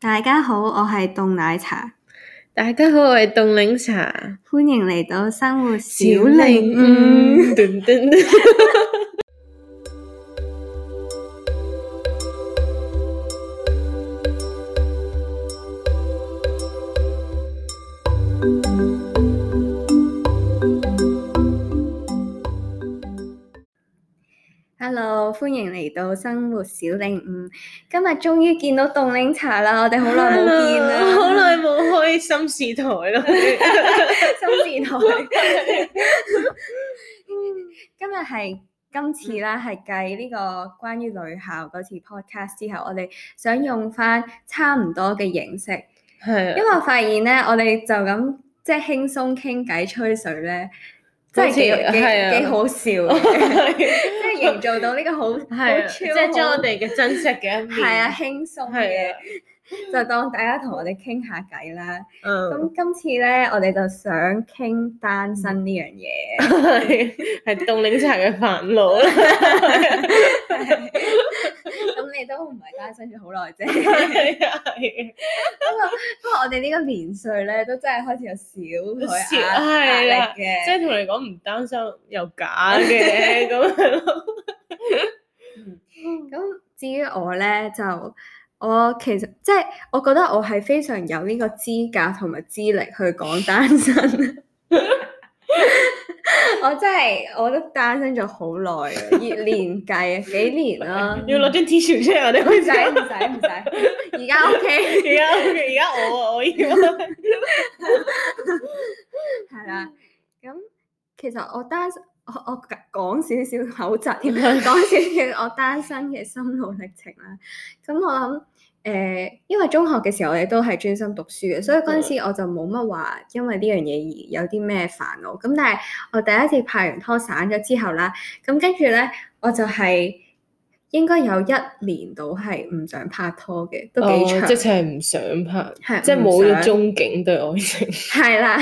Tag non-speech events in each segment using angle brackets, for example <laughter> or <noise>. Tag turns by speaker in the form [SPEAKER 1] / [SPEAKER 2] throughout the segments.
[SPEAKER 1] 大家好，我係凍奶茶，
[SPEAKER 2] 大家好，我係凍檸茶，
[SPEAKER 1] 歡迎嚟到生活小嗯
[SPEAKER 2] 靈
[SPEAKER 1] 靈悟。
[SPEAKER 2] 悟，嗯噔噔噔
[SPEAKER 1] Hello，歡迎嚟到生活小靈悟。今日終於見到凍檸茶啦，我哋好耐冇見啦，
[SPEAKER 2] <laughs> 好耐冇開心事台啦，
[SPEAKER 1] 心電台。今日係今次啦，係繼呢個關於女校嗰次 podcast 之後，我哋想用翻差唔多嘅形式。因
[SPEAKER 2] 係
[SPEAKER 1] 為
[SPEAKER 2] 啊，
[SPEAKER 1] 我發現咧，我哋就咁即係輕鬆傾偈吹水咧，真係幾
[SPEAKER 2] 好似係啊
[SPEAKER 1] 幾幾好笑
[SPEAKER 2] <laughs>
[SPEAKER 1] 嘅，即係營造到呢個好好
[SPEAKER 2] 啊係啊，即
[SPEAKER 1] chill
[SPEAKER 2] 係將
[SPEAKER 1] 好
[SPEAKER 2] 我哋嘅真實嘅一面，
[SPEAKER 1] 係啊輕鬆
[SPEAKER 2] 係
[SPEAKER 1] 嘅
[SPEAKER 2] 啊，，
[SPEAKER 1] 就當大家同我哋傾下偈啦。
[SPEAKER 2] 嗯，
[SPEAKER 1] 咁今次咧，我哋就想傾單身呢樣
[SPEAKER 2] <laughs>
[SPEAKER 1] 嘢。
[SPEAKER 2] 係係凍檸茶嘅煩惱
[SPEAKER 1] <laughs>
[SPEAKER 2] 啦，
[SPEAKER 1] 咁你都唔係單身咗好耐啫，不
[SPEAKER 2] 係啊，係啊
[SPEAKER 1] 過我哋呢個年歲咧，都真係開始有少許
[SPEAKER 2] 少
[SPEAKER 1] 壓壓
[SPEAKER 2] 係啊啦
[SPEAKER 1] 力嘅
[SPEAKER 2] 即。係同你講唔擔心又
[SPEAKER 1] <laughs>
[SPEAKER 2] 假嘅咁樣咯，
[SPEAKER 1] 咁至於我咧，就我其實即係我覺得我係非常有呢個資格同埋資歷去講單身。 <laughs> 我真係我都單身咗好耐啊，以年計啊，幾年啦。
[SPEAKER 2] <laughs> 要攞張 tissue 出嚟，我哋
[SPEAKER 1] 哦唔
[SPEAKER 2] 去
[SPEAKER 1] 使唔使唔使，而家 OK
[SPEAKER 2] 而家而家我啊，我要
[SPEAKER 1] 係啦。
[SPEAKER 2] 嗯
[SPEAKER 1] 咁其實我單身我我講少少口窒添，講少少我單身嘅心路歷程啦。咁我諗誒、呃因為中學嘅時候我哋都係專心讀書嘅，所以嗰
[SPEAKER 2] 嗯
[SPEAKER 1] 陣時我就冇乜話因為呢樣嘢而有啲咩煩惱。咁但係我第一次拍完拖散咗之後啦，咁跟住咧我就係、應該有一年到係唔想拍拖嘅，都幾長，
[SPEAKER 2] 哦即係唔想拍，
[SPEAKER 1] 係
[SPEAKER 2] 即係
[SPEAKER 1] 唔
[SPEAKER 2] 冇咗
[SPEAKER 1] 想
[SPEAKER 2] 憧憬對愛情，
[SPEAKER 1] 係
[SPEAKER 2] <laughs>
[SPEAKER 1] 啦，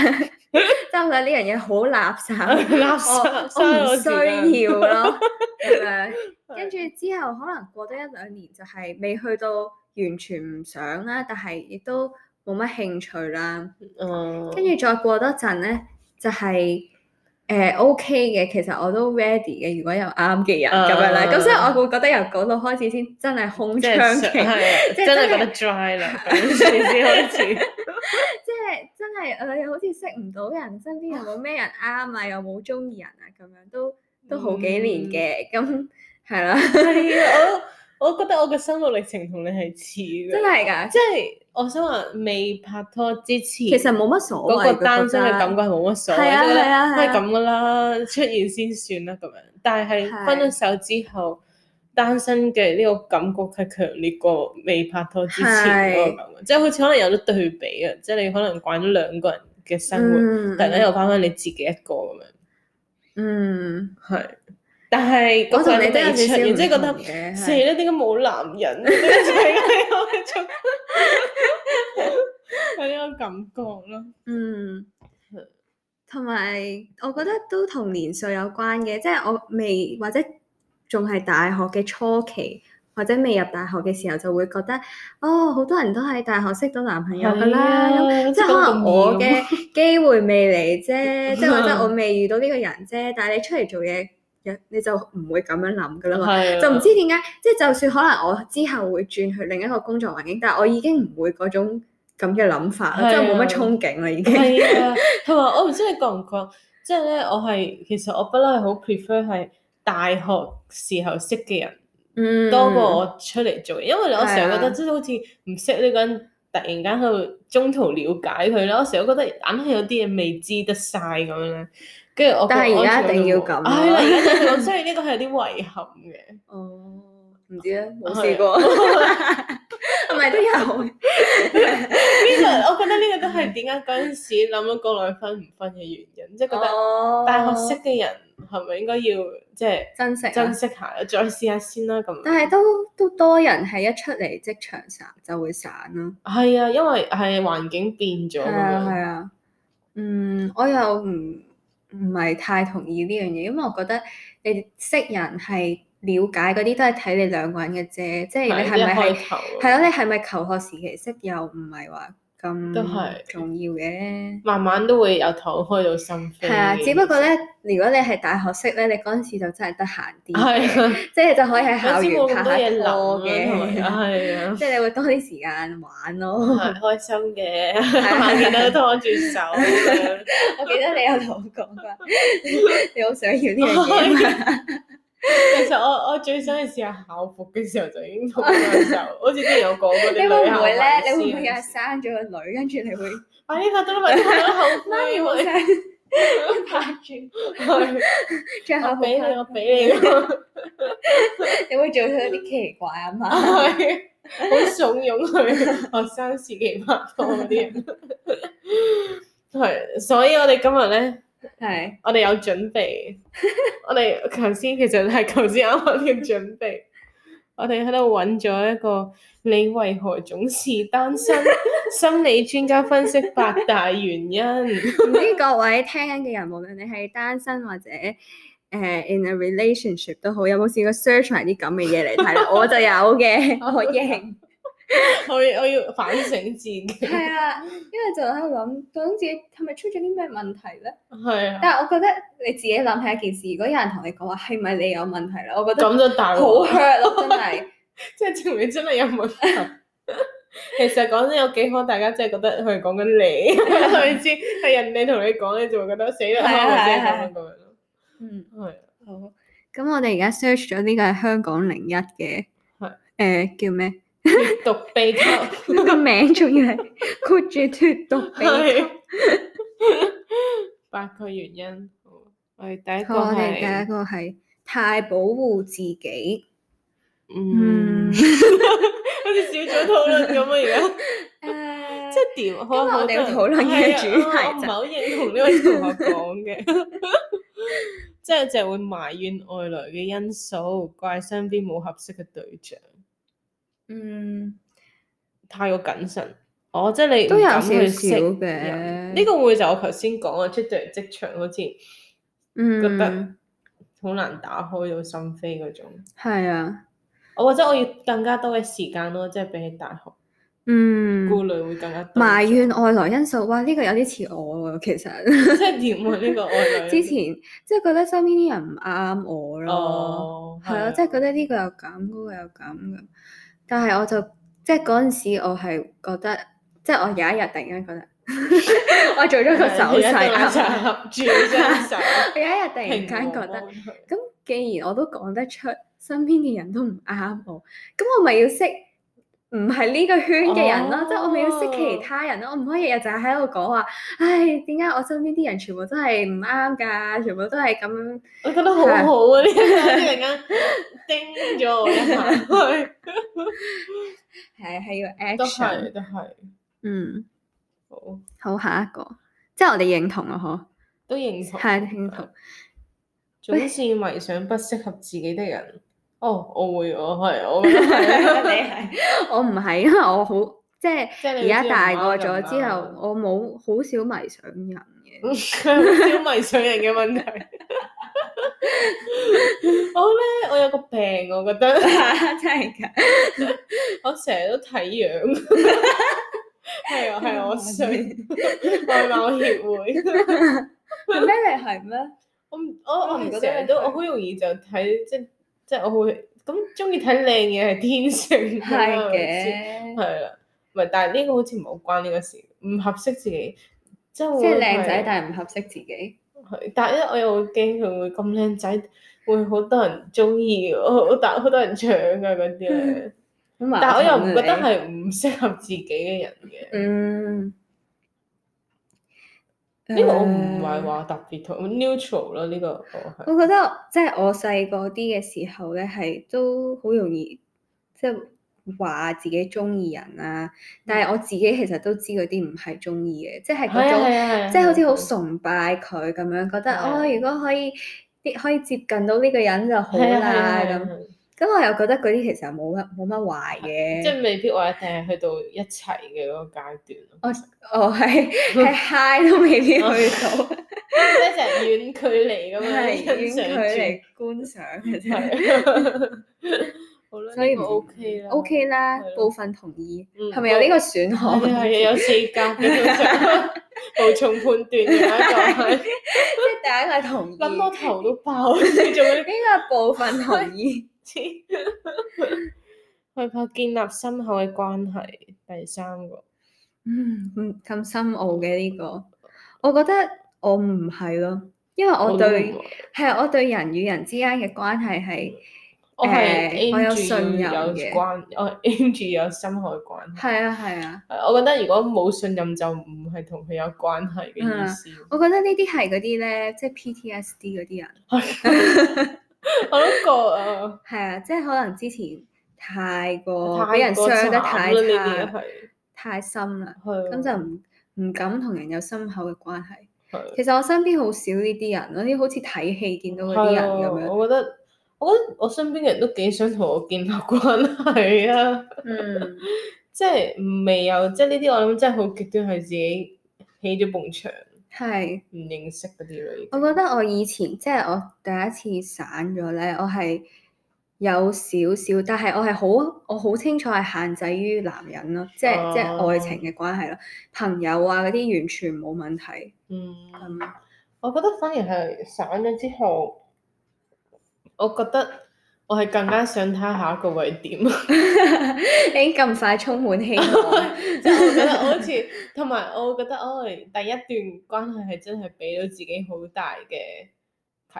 [SPEAKER 1] 即係我覺得呢樣嘢好垃圾，
[SPEAKER 2] 垃
[SPEAKER 1] 我
[SPEAKER 2] 圾
[SPEAKER 1] 我唔
[SPEAKER 2] 嘥我時間
[SPEAKER 1] 需要
[SPEAKER 2] <laughs>
[SPEAKER 1] 咯。咁樣，跟住之後可能過多一兩年就係未去到完全唔想啦，但係亦都冇乜興趣啦。
[SPEAKER 2] 哦
[SPEAKER 1] 跟住再過多陣咧，就係、誒、OK 嘅，其實我都 ready 嘅。如果有啱嘅人咁樣啦，咁、所以我會覺得由嗰度開始先真係空
[SPEAKER 2] 啊即係
[SPEAKER 1] 窗期，
[SPEAKER 2] 想係啊
[SPEAKER 1] 即係
[SPEAKER 2] 真
[SPEAKER 1] 真
[SPEAKER 2] 係
[SPEAKER 1] 係
[SPEAKER 2] 覺得 dry 啦，咁先開始。
[SPEAKER 1] 即係真係誒、好似識唔到人，身邊又冇咩人啱啊，又冇中意人啊，咁樣都都好幾年嘅，咁係啦，<laughs>
[SPEAKER 2] <laughs> 係啊，我我覺得我嘅心路歷程同你係似嘅，
[SPEAKER 1] 真係㗎，
[SPEAKER 2] 即係我想話未拍拖之前，
[SPEAKER 1] 其實冇乜所謂
[SPEAKER 2] 嗰個單身嘅感覺係冇乜所謂，
[SPEAKER 1] 係啊
[SPEAKER 2] 即係覺得
[SPEAKER 1] 係啊係啊
[SPEAKER 2] 都係咁噶啦，出現先算啦咁樣。但係
[SPEAKER 1] 係
[SPEAKER 2] 分咗手之後，單身嘅呢個感覺係強烈過未拍拖之前嗰個感覺，即係好似可能有啲對比啊，即係你可能慣咗兩個人嘅生活，
[SPEAKER 1] 嗯
[SPEAKER 2] 突然間又翻返你自己一個咁樣，
[SPEAKER 1] 嗯，
[SPEAKER 2] 係。但係
[SPEAKER 1] 我
[SPEAKER 2] 嗰個
[SPEAKER 1] 同
[SPEAKER 2] 人
[SPEAKER 1] 你都有
[SPEAKER 2] 未出
[SPEAKER 1] 少少
[SPEAKER 2] 現，即係覺
[SPEAKER 1] 唔
[SPEAKER 2] 得
[SPEAKER 1] 同。嘅，
[SPEAKER 2] 死
[SPEAKER 1] 係
[SPEAKER 2] 啦！點解冇男
[SPEAKER 1] <laughs>
[SPEAKER 2] 人？點解我嘅中有呢個感覺咯。
[SPEAKER 1] 嗯，同埋我覺得都同年歲有關嘅，即係我未或者仲係大學嘅初期。或者未入大學嘅時候就會覺得，哦，好多人都喺大學識到男朋友㗎啦，咁
[SPEAKER 2] 係啊
[SPEAKER 1] 即係可能我
[SPEAKER 2] <laughs>
[SPEAKER 1] 嘅機會未嚟啫，即係或者
[SPEAKER 2] 嗯
[SPEAKER 1] 我未遇到呢個人啫。但係你出嚟做嘢，有你就唔會咁樣諗噶啦嘛。
[SPEAKER 2] 係啊
[SPEAKER 1] 就唔知點解，即係就算可能我之後會轉去另一個工作環境，但係我已經唔會嗰種咁嘅諗法啦，
[SPEAKER 2] 係啊
[SPEAKER 1] 即係冇乜憧憬啦已經。
[SPEAKER 2] 係啊，同埋我唔知你覺唔覺，即係咧，我係其實我不嬲係好 prefer 係大學時候識嘅人
[SPEAKER 1] 嗯
[SPEAKER 2] 多過我出嚟做嘢，因為我成日覺
[SPEAKER 1] 係啊
[SPEAKER 2] 得即係好似唔識呢個人，突然間喺度中途了解佢啦，我成日覺得硬係有啲嘢未知得晒咁樣咧。跟住我個
[SPEAKER 1] 但係而家
[SPEAKER 2] 安全感
[SPEAKER 1] 一定要
[SPEAKER 2] 都冇
[SPEAKER 1] 咁
[SPEAKER 2] 係啦，而家就係咁，所以呢個係有啲遺憾嘅。
[SPEAKER 1] 哦，唔知啊，冇試過， <laughs> 係咪都
[SPEAKER 2] <laughs>
[SPEAKER 1] 有？<laughs>
[SPEAKER 2] 呢個我覺得呢個都係點解嗰陣時諗咗咁耐分唔分嘅原因，即係覺得
[SPEAKER 1] 哦
[SPEAKER 2] 大學識嘅人係咪應該要即係
[SPEAKER 1] 珍惜啊
[SPEAKER 2] 珍惜下，再試下先啦咁。
[SPEAKER 1] 但係都都多人係一出嚟職場散就會散咯。
[SPEAKER 2] 係啊，因為係環境變咗咁
[SPEAKER 1] 係啊
[SPEAKER 2] 樣，
[SPEAKER 1] 係啊，嗯，我又唔唔係太同意呢樣嘢，因為我覺得你識人係了解嗰啲都係睇你兩個人嘅啫，即係
[SPEAKER 2] 係
[SPEAKER 1] 你係
[SPEAKER 2] 一
[SPEAKER 1] 咪係
[SPEAKER 2] 開頭啊
[SPEAKER 1] 係咯？你係咪求學時期識又唔係話
[SPEAKER 2] 都係
[SPEAKER 1] 咁重要嘅？
[SPEAKER 2] 慢慢都會由頭開到心扉。
[SPEAKER 1] 係啊，只不過咧，如果你係大學識咧，你嗰陣時就真係得閒啲嘅，
[SPEAKER 2] 係啊，
[SPEAKER 1] 即係你就可以喺
[SPEAKER 2] 嗰
[SPEAKER 1] 校
[SPEAKER 2] 時冇
[SPEAKER 1] 園
[SPEAKER 2] 咁
[SPEAKER 1] 拍
[SPEAKER 2] 多嘢
[SPEAKER 1] 下
[SPEAKER 2] 諗
[SPEAKER 1] 拖
[SPEAKER 2] 啊同埋
[SPEAKER 1] 嘅，
[SPEAKER 2] 係啊，
[SPEAKER 1] <laughs> 即係你會多啲時間玩咯。
[SPEAKER 2] 係開心嘅，
[SPEAKER 1] 係
[SPEAKER 2] 見到拖住手咁樣。
[SPEAKER 1] 我記得你有同我講過， <laughs> 你好想要呢樣嘢嘛。
[SPEAKER 2] 其實我我最想係試下校服嘅時候就已經同佢手，好似之前有講過啲
[SPEAKER 1] 你會啊
[SPEAKER 2] 女
[SPEAKER 1] 唔
[SPEAKER 2] 校
[SPEAKER 1] 會咧？
[SPEAKER 2] 迷
[SPEAKER 1] 你會
[SPEAKER 2] 思
[SPEAKER 1] 唔會有
[SPEAKER 2] 嗰
[SPEAKER 1] 日
[SPEAKER 2] 陣時
[SPEAKER 1] 生咗個女，跟住 <laughs> 你會
[SPEAKER 2] 快啲拍到啦，快啲拍到啦，後
[SPEAKER 1] 媽咪
[SPEAKER 2] 悔
[SPEAKER 1] 好
[SPEAKER 2] 我
[SPEAKER 1] 想拍住，最後
[SPEAKER 2] 我俾你，
[SPEAKER 1] 你
[SPEAKER 2] 我俾你，
[SPEAKER 1] 你會做出一啲奇怪啊嘛？ <laughs>
[SPEAKER 2] 係好慫恿佢學生時期拍拖嗰啲人。係，所以我哋今日咧。
[SPEAKER 1] 係
[SPEAKER 2] 我哋有準備，我哋頭先其實係頭先啱啱嘅準備，我哋喺度揾咗一個你為何總是單身心理專家分析八大原因，
[SPEAKER 1] 唔知各位聽緊嘅人，無論你係單身或者誒、呃 in a relationship 都好，有冇試過 search 埋啲咁嘅嘢嚟睇 <laughs> 咧？我就有嘅， <laughs> 我認。
[SPEAKER 2] 我我要反省自己，
[SPEAKER 1] 係啊，因為就喺度諗，究竟自己係咪出咗啲咩問題 <laughs> 咧？
[SPEAKER 2] 係啊，
[SPEAKER 1] 但係我覺得你自己諗係一件事，如果有人同你講話係咪你有問題咧，我覺得
[SPEAKER 2] 咁就大
[SPEAKER 1] 好
[SPEAKER 2] 鑊，
[SPEAKER 1] hurt 咯，真 <laughs> 係。
[SPEAKER 2] 即係證明真係有問題。 <laughs> 其實講真有幾可，大家真係覺得佢係講緊你， <laughs> 係咪先？係人哋同你講，你就會覺得死啦，
[SPEAKER 1] 係啊
[SPEAKER 2] 我真係
[SPEAKER 1] 係啊
[SPEAKER 2] 講緊咁樣咯。
[SPEAKER 1] 嗯，
[SPEAKER 2] 係
[SPEAKER 1] 好。咁我哋而家 search 咗呢個係香港零一嘅，誒
[SPEAKER 2] 係、
[SPEAKER 1] 叫咩？
[SPEAKER 2] 閱讀秘笈。
[SPEAKER 1] 個名仲要係括住脱毒鼻
[SPEAKER 2] 係 <laughs> 八個原因。好我哋第一個
[SPEAKER 1] 好，我哋第一
[SPEAKER 2] 係，
[SPEAKER 1] 個係太保護自己。
[SPEAKER 2] 嗯， <laughs> 好似小組討論咁啊！而
[SPEAKER 1] 誒
[SPEAKER 2] 家 <laughs> 即係點？可能
[SPEAKER 1] 我哋要討論嘅主題
[SPEAKER 2] 係啊我唔
[SPEAKER 1] 就
[SPEAKER 2] 係好認同呢位同學講嘅， <laughs> 即係就係會埋怨外來嘅因素，怪身邊冇合適嘅對象，
[SPEAKER 1] 嗯，
[SPEAKER 2] 太過謹慎。哦，即係你唔
[SPEAKER 1] 都有
[SPEAKER 2] 敢去
[SPEAKER 1] 少
[SPEAKER 2] 識
[SPEAKER 1] 少
[SPEAKER 2] 人
[SPEAKER 1] 嘅
[SPEAKER 2] 呢個會就我頭先講啊，出到嚟職場好似覺得
[SPEAKER 1] 嗯，
[SPEAKER 2] 好難打開到心扉嗰種。
[SPEAKER 1] 係啊，
[SPEAKER 2] 我或者我要更加多嘅時間咯，即係比起大學，顧
[SPEAKER 1] 嗯，
[SPEAKER 2] 慮會更加多。
[SPEAKER 1] 埋怨外來因素，哇！呢個有啲似我喎，其實
[SPEAKER 2] 即係點啊？呢個外來
[SPEAKER 1] <laughs> 之前即係覺得身邊啲人唔啱我咯，
[SPEAKER 2] 哦，
[SPEAKER 1] 係啊，即係覺得呢個又咁，嗰個又咁咁，但係我就即係嗰陣時，我係覺得，即係我有一日突然間覺得， <laughs> 我做咗個手勢啊
[SPEAKER 2] 合
[SPEAKER 1] 啱啱
[SPEAKER 2] 合住雙手，
[SPEAKER 1] 我有一 <laughs> 啊日突然間
[SPEAKER 2] 平
[SPEAKER 1] 覺
[SPEAKER 2] 和
[SPEAKER 1] 得，
[SPEAKER 2] 安慰
[SPEAKER 1] 咁既然我都講得出，身邊嘅人都唔啱我，咁我咪要識唔係呢個圈嘅人咯，即係我咪要識其他人咯，我唔可以日日就喺度講話，唉，點解我身邊啲人全部都係唔啱㗎，全部都係咁樣，
[SPEAKER 2] 我覺得好好啊！呢個突然間叮咗我一下，係
[SPEAKER 1] 係係要
[SPEAKER 2] 都
[SPEAKER 1] <laughs> action，
[SPEAKER 2] 係都係
[SPEAKER 1] 嗯，
[SPEAKER 2] 好
[SPEAKER 1] 好下一個，即係我哋認同啊，嗬，
[SPEAKER 2] 都認同。
[SPEAKER 1] 係認同，
[SPEAKER 2] 總是迷上不適合自己的人。哦，我會，我係我
[SPEAKER 1] 你
[SPEAKER 2] 係，
[SPEAKER 1] 係我唔係，因為我好即係
[SPEAKER 2] 即係
[SPEAKER 1] 而
[SPEAKER 2] 你
[SPEAKER 1] 家
[SPEAKER 2] 知
[SPEAKER 1] 大
[SPEAKER 2] 唔
[SPEAKER 1] 個
[SPEAKER 2] 啱
[SPEAKER 1] 咗
[SPEAKER 2] 人
[SPEAKER 1] 之後
[SPEAKER 2] 啦，
[SPEAKER 1] 我冇好少迷上人嘅。 <laughs>
[SPEAKER 2] 小迷上人嘅問題。 <laughs> 我咧，我有個病，我覺得
[SPEAKER 1] 真係㗎。
[SPEAKER 2] 我成日都睇樣，
[SPEAKER 1] <laughs>
[SPEAKER 2] 係啊係啊我衰，外貌協會。
[SPEAKER 1] 係咩？你係咩？
[SPEAKER 2] 我唔我我
[SPEAKER 1] 我唔覺得
[SPEAKER 2] 係成
[SPEAKER 1] 你
[SPEAKER 2] 日都
[SPEAKER 1] 衰
[SPEAKER 2] 我好容易就睇即即我會咁中意睇靚嘢係天性㗎
[SPEAKER 1] 係
[SPEAKER 2] 嘛係啊咪先
[SPEAKER 1] 嘅，
[SPEAKER 2] 係啦，唔係但係呢個好似唔係好關呢個事，唔合適自己，即係
[SPEAKER 1] 即係
[SPEAKER 2] 會
[SPEAKER 1] 靚仔
[SPEAKER 2] 係，
[SPEAKER 1] 但係唔合適自己。
[SPEAKER 2] 係但係咧我又會驚佢會咁靚仔，會好多人中意，好好大好多人搶啊嗰啲
[SPEAKER 1] <laughs>
[SPEAKER 2] 咧。
[SPEAKER 1] 好矛
[SPEAKER 2] 但係我又唔
[SPEAKER 1] 盾
[SPEAKER 2] 覺得
[SPEAKER 1] 啊你
[SPEAKER 2] 係唔適合自己嘅人嘅，
[SPEAKER 1] 嗯。
[SPEAKER 2] 呢個我唔係話特別同 neutral 咯，呢個我係
[SPEAKER 1] 誒，我覺得即係我細個啲嘅時候咧，係都好容易即係話自己中意人啊，但係我自己其實都知嗰啲唔係中意嘅，即係嗰種。
[SPEAKER 2] 嗯啊
[SPEAKER 1] 即係好似好
[SPEAKER 2] 係
[SPEAKER 1] 崇拜佢咁樣，覺得
[SPEAKER 2] 係啊
[SPEAKER 1] 哦，如果可以啲可以接近到呢個人就好
[SPEAKER 2] 啊係啊
[SPEAKER 1] 啦
[SPEAKER 2] 係啊
[SPEAKER 1] 咁。
[SPEAKER 2] 係啊
[SPEAKER 1] 咁我又覺得嗰啲其實冇乜冇乜壞
[SPEAKER 2] 即
[SPEAKER 1] 嘅，
[SPEAKER 2] 係未必話一定係去到一齊嘅嗰個階段咯。 <laughs>
[SPEAKER 1] 我係係 high 都未必去到，
[SPEAKER 2] 即係遠距哦 <laughs> 離咁樣
[SPEAKER 1] 係遠
[SPEAKER 2] 欣
[SPEAKER 1] 距
[SPEAKER 2] 賞
[SPEAKER 1] 離觀賞嘅
[SPEAKER 2] 住，
[SPEAKER 1] 啫。
[SPEAKER 2] 係好啦，
[SPEAKER 1] 所以
[SPEAKER 2] 呢個
[SPEAKER 1] 唔
[SPEAKER 2] OK 啦
[SPEAKER 1] O K 啦
[SPEAKER 2] 係，咯
[SPEAKER 1] 部分同意，
[SPEAKER 2] 嗯
[SPEAKER 1] 係咪有呢個選項？
[SPEAKER 2] 係啊係啊，有四格嘅，通常無從判斷嘅一個
[SPEAKER 1] <laughs>
[SPEAKER 2] 係，
[SPEAKER 1] 即係第一個同意，
[SPEAKER 2] 諗到頭都爆，你做嗰啲
[SPEAKER 1] 呢個部分同
[SPEAKER 2] <laughs>
[SPEAKER 1] 意，
[SPEAKER 2] 黐，
[SPEAKER 1] <laughs>
[SPEAKER 2] 害怕建立深厚嘅關係。第三個，
[SPEAKER 1] 嗯，唔咁深奧嘅呢個，我覺得我唔係咯，因為我
[SPEAKER 2] 都啊
[SPEAKER 1] 對
[SPEAKER 2] 唔係
[SPEAKER 1] 係我對人與人之間嘅關係係
[SPEAKER 2] 我係
[SPEAKER 1] 誒我有
[SPEAKER 2] aim
[SPEAKER 1] 信
[SPEAKER 2] 住
[SPEAKER 1] 任
[SPEAKER 2] 要有
[SPEAKER 1] 嘅
[SPEAKER 2] 關， <laughs> 我係 aim 住有深厚嘅關係。
[SPEAKER 1] 係啊係啊，
[SPEAKER 2] 我覺得如果冇信任就唔係同佢有關係嘅意思。
[SPEAKER 1] 我覺得呢啲係嗰啲咧，即係 PTSD 嗰啲人。
[SPEAKER 2] <laughs> 我都覺啊，
[SPEAKER 1] 係啊，即係可能之前太過
[SPEAKER 2] 太
[SPEAKER 1] 俾人
[SPEAKER 2] 過
[SPEAKER 1] 傷得
[SPEAKER 2] 慘
[SPEAKER 1] 太
[SPEAKER 2] 啦呢啲
[SPEAKER 1] 差
[SPEAKER 2] 係
[SPEAKER 1] 太深啦，
[SPEAKER 2] 係啊
[SPEAKER 1] 咁就唔唔敢同人有深厚嘅關係。
[SPEAKER 2] 係
[SPEAKER 1] 其實我身邊好少呢啲人咯，啲好似睇戲見到嗰啲人咁
[SPEAKER 2] 係啊
[SPEAKER 1] 樣。
[SPEAKER 2] 我覺得我覺得我身邊嘅人都幾想同我建立關係啊，
[SPEAKER 1] 嗯，
[SPEAKER 2] 即係未有即係呢啲我諗真係好極端，係自己起咗埲牆
[SPEAKER 1] 係，
[SPEAKER 2] 唔認識嗰啲咯已經。
[SPEAKER 1] 我覺得我以前即係我第一次散咗咧，我係有少少，但係我係好我好清楚係限制於男人咯，即係、即
[SPEAKER 2] 哦
[SPEAKER 1] 係愛情嘅關係咯，朋友啊嗰啲完全冇問題。
[SPEAKER 2] 嗯。
[SPEAKER 1] 咁
[SPEAKER 2] 我覺得反而係散咗之後，我覺得我係更加想睇下下一個位
[SPEAKER 1] <laughs> <laughs>
[SPEAKER 2] 點，<laughs>
[SPEAKER 1] 已經咁快充滿希望。
[SPEAKER 2] 即係我覺得我好似同埋我會覺得，哦，第一段關係係真係俾到自己好大嘅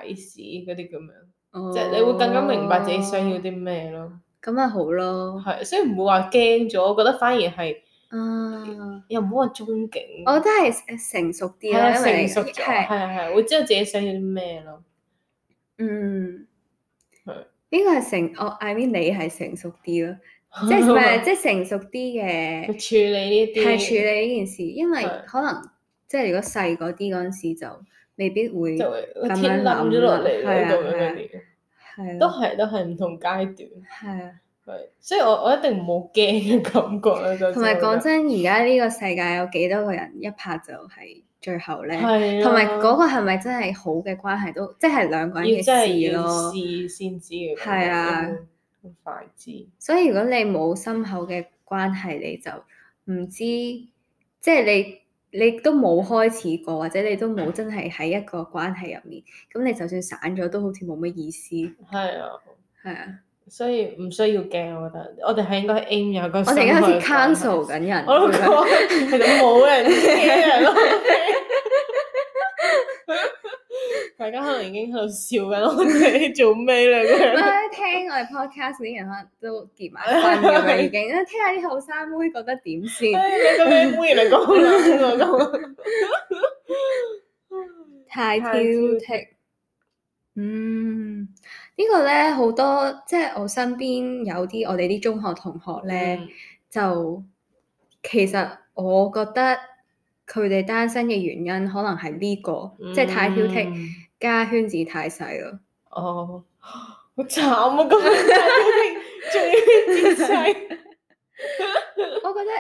[SPEAKER 2] 啟示嗰啲咁樣， <laughs> 即
[SPEAKER 1] 即
[SPEAKER 2] 係你會更加明白自己想要啲咩咯。
[SPEAKER 1] 哦咁咪好咯。
[SPEAKER 2] 係，所以唔會話驚咗，我覺得反而係
[SPEAKER 1] 啊，
[SPEAKER 2] 又唔好話憧憬，
[SPEAKER 1] 我覺得係成熟啲
[SPEAKER 2] 係
[SPEAKER 1] 啦，
[SPEAKER 2] 啊
[SPEAKER 1] 因為
[SPEAKER 2] 成熟咗，係
[SPEAKER 1] 係
[SPEAKER 2] 係係，會知道自己想要啲咩咯。
[SPEAKER 1] 嗯，
[SPEAKER 2] 係
[SPEAKER 1] 呢個係成我 I mean 你係成熟啲
[SPEAKER 2] <laughs>
[SPEAKER 1] 咯，即係唔係即係成熟啲嘅
[SPEAKER 2] 處理呢啲
[SPEAKER 1] 係處理呢件事，因為
[SPEAKER 2] 係
[SPEAKER 1] 可能即係如果細嗰啲嗰陣時就未必會
[SPEAKER 2] 就
[SPEAKER 1] 係
[SPEAKER 2] 會
[SPEAKER 1] 咁樣
[SPEAKER 2] 天冧咗落嚟
[SPEAKER 1] 嗯諗
[SPEAKER 2] 啦，
[SPEAKER 1] 係啊
[SPEAKER 2] 咁樣嗰啲，都
[SPEAKER 1] 啊
[SPEAKER 2] 係都係唔同階段，
[SPEAKER 1] 係啊，
[SPEAKER 2] 係，所以我我一定冇驚嘅感覺啦，就
[SPEAKER 1] 同埋講
[SPEAKER 2] 真
[SPEAKER 1] 真，而家呢個世界有幾多個人一拍就係最後咧？
[SPEAKER 2] 係啊，
[SPEAKER 1] 同埋嗰個係咪真係好嘅關係都，即係兩個人
[SPEAKER 2] 要真
[SPEAKER 1] 嘅
[SPEAKER 2] 係
[SPEAKER 1] 事
[SPEAKER 2] 要
[SPEAKER 1] 咯。
[SPEAKER 2] 試先知嘅，
[SPEAKER 1] 係啊，
[SPEAKER 2] 好快知，
[SPEAKER 1] 所以如果你冇深厚嘅關係，你就唔知，即係你你都冇開始過，或者你都冇真係喺一個關係入面，咁你就算散咗都好似冇乜意思，
[SPEAKER 2] 係啊，
[SPEAKER 1] 係啊。
[SPEAKER 2] 所以唔需要驚，我覺得我哋係應該 aim 有個我
[SPEAKER 1] 我哋而家好似 counsel 緊人
[SPEAKER 2] 我都
[SPEAKER 1] 咁樣，
[SPEAKER 2] 講其實冇人啊 care 咯。
[SPEAKER 1] <laughs>
[SPEAKER 2] 大家可能已經喺度笑緊我哋做咩咧咁樣。
[SPEAKER 1] 乜啊聽我哋 podcast 嗰啲人可能都結埋婚咁樣已經，聽下啲後生妹覺得點先？
[SPEAKER 2] 哎你個靚妹嚟講
[SPEAKER 1] <laughs>
[SPEAKER 2] 啦，咁
[SPEAKER 1] 太挑
[SPEAKER 2] 太挑
[SPEAKER 1] 剔。嗯，呢個咧好多，即係我身邊有啲我哋啲中學同學咧，就其實我覺得佢哋單身嘅原因可能係呢個，即係太挑剔，
[SPEAKER 2] 嗯
[SPEAKER 1] 加圈子太細
[SPEAKER 2] <laughs>
[SPEAKER 1] 咯。
[SPEAKER 2] 哦，好慘啊！咁樣太挑剔，仲要自
[SPEAKER 1] <laughs>
[SPEAKER 2] 細，
[SPEAKER 1] 我覺得，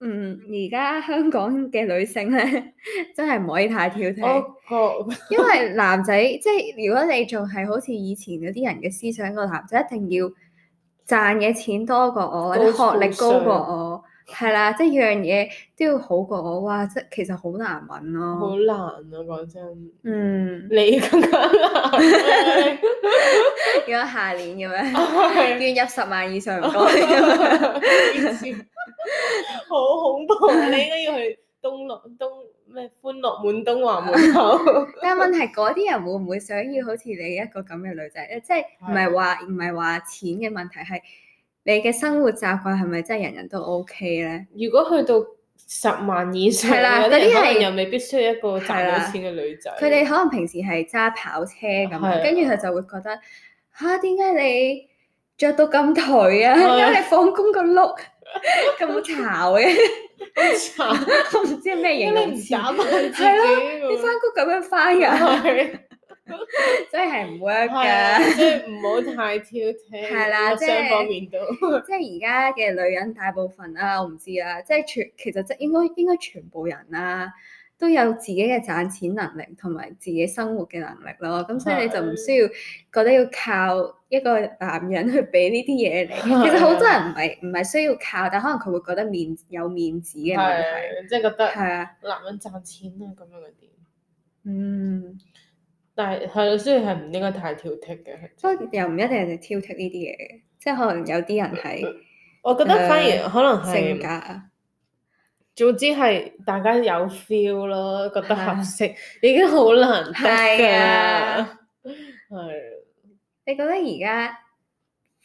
[SPEAKER 1] 嗯，而家香港嘅女性咧， <laughs> 真係唔可以太挑剔。
[SPEAKER 2] 哦我 <laughs> 覺
[SPEAKER 1] <laughs> 因為男仔即係如果你仲係好似以前嗰啲人嘅思想，個男仔一定要賺嘅錢多過我，或者學
[SPEAKER 2] 高富
[SPEAKER 1] 歷高過
[SPEAKER 2] 帥
[SPEAKER 1] 我，係啦，即係樣嘢都要好過我。哇！即係其實好難揾
[SPEAKER 2] 好
[SPEAKER 1] 咯。
[SPEAKER 2] 難啊！講真，
[SPEAKER 1] 嗯，
[SPEAKER 2] 你更加 <laughs> 難。
[SPEAKER 1] 如果下年咁樣
[SPEAKER 2] 係
[SPEAKER 1] 月入十萬以上唔該。
[SPEAKER 2] <laughs> 好恐怖！你應該要去東樂東咩歡樂滿東華門口。
[SPEAKER 1] 但係問題嗰啲人會唔會想要好似你一個咁嘅女仔？呃即係唔
[SPEAKER 2] 啊
[SPEAKER 1] 係話唔係話錢嘅問題，係你嘅生活習慣係咪真係人人都 OK 咧？
[SPEAKER 2] 如果去到十萬以上，
[SPEAKER 1] 係啦
[SPEAKER 2] 有啲人
[SPEAKER 1] 嗰啲係
[SPEAKER 2] 可能又未必需要一個
[SPEAKER 1] 係
[SPEAKER 2] 賺
[SPEAKER 1] 啦
[SPEAKER 2] 到錢嘅女仔。
[SPEAKER 1] 佢哋可能平時係揸跑車咁
[SPEAKER 2] 係啊
[SPEAKER 1] 樣，跟住佢就會覺得吓，點解你着到咁頹啊？
[SPEAKER 2] 係啊
[SPEAKER 1] 點解你放工個
[SPEAKER 2] <laughs>
[SPEAKER 1] 碌咁潮嘅？
[SPEAKER 2] 慘，
[SPEAKER 1] 我唔知係咩形容
[SPEAKER 2] 因為你唔
[SPEAKER 1] 詞。 <laughs>
[SPEAKER 2] 打扮自己
[SPEAKER 1] 係
[SPEAKER 2] 喎，
[SPEAKER 1] 你翻工咁樣翻㗎，
[SPEAKER 2] 係啊
[SPEAKER 1] 真係唔
[SPEAKER 2] 係
[SPEAKER 1] work
[SPEAKER 2] 啊，
[SPEAKER 1] 㗎。
[SPEAKER 2] <laughs> 即係唔好太挑剔。
[SPEAKER 1] 係啦
[SPEAKER 2] 我
[SPEAKER 1] 即係
[SPEAKER 2] 雙方面都
[SPEAKER 1] 即係而家啊嘅女人大部分啦，我唔知啦，即係全其實即係應該應該全部人啦，啊都有自己嘅賺錢能力同埋自己生活嘅能力咯。咁所以你就唔需要覺得要靠一個男人去俾呢啲嘢你。 <laughs> 其實好多人唔係唔係需要靠，但可能佢會覺得面有面子嘅問題。
[SPEAKER 2] 係即係覺得
[SPEAKER 1] 係啊，
[SPEAKER 2] 男人賺錢啊咁樣嗰啲，
[SPEAKER 1] 嗯，
[SPEAKER 2] 但係係咯，所以係唔應該太挑剔嘅。係
[SPEAKER 1] 不過又唔一定係挑剔呢啲嘢嘅，即係可能有啲人係
[SPEAKER 2] 我覺得
[SPEAKER 1] 誒
[SPEAKER 2] 反而可能
[SPEAKER 1] 性格
[SPEAKER 2] 係，
[SPEAKER 1] 啊，
[SPEAKER 2] 總之係大家有 feel 咯，覺得合適已經好難得
[SPEAKER 1] 係
[SPEAKER 2] 㗎
[SPEAKER 1] 啊。
[SPEAKER 2] 係
[SPEAKER 1] 你覺得而家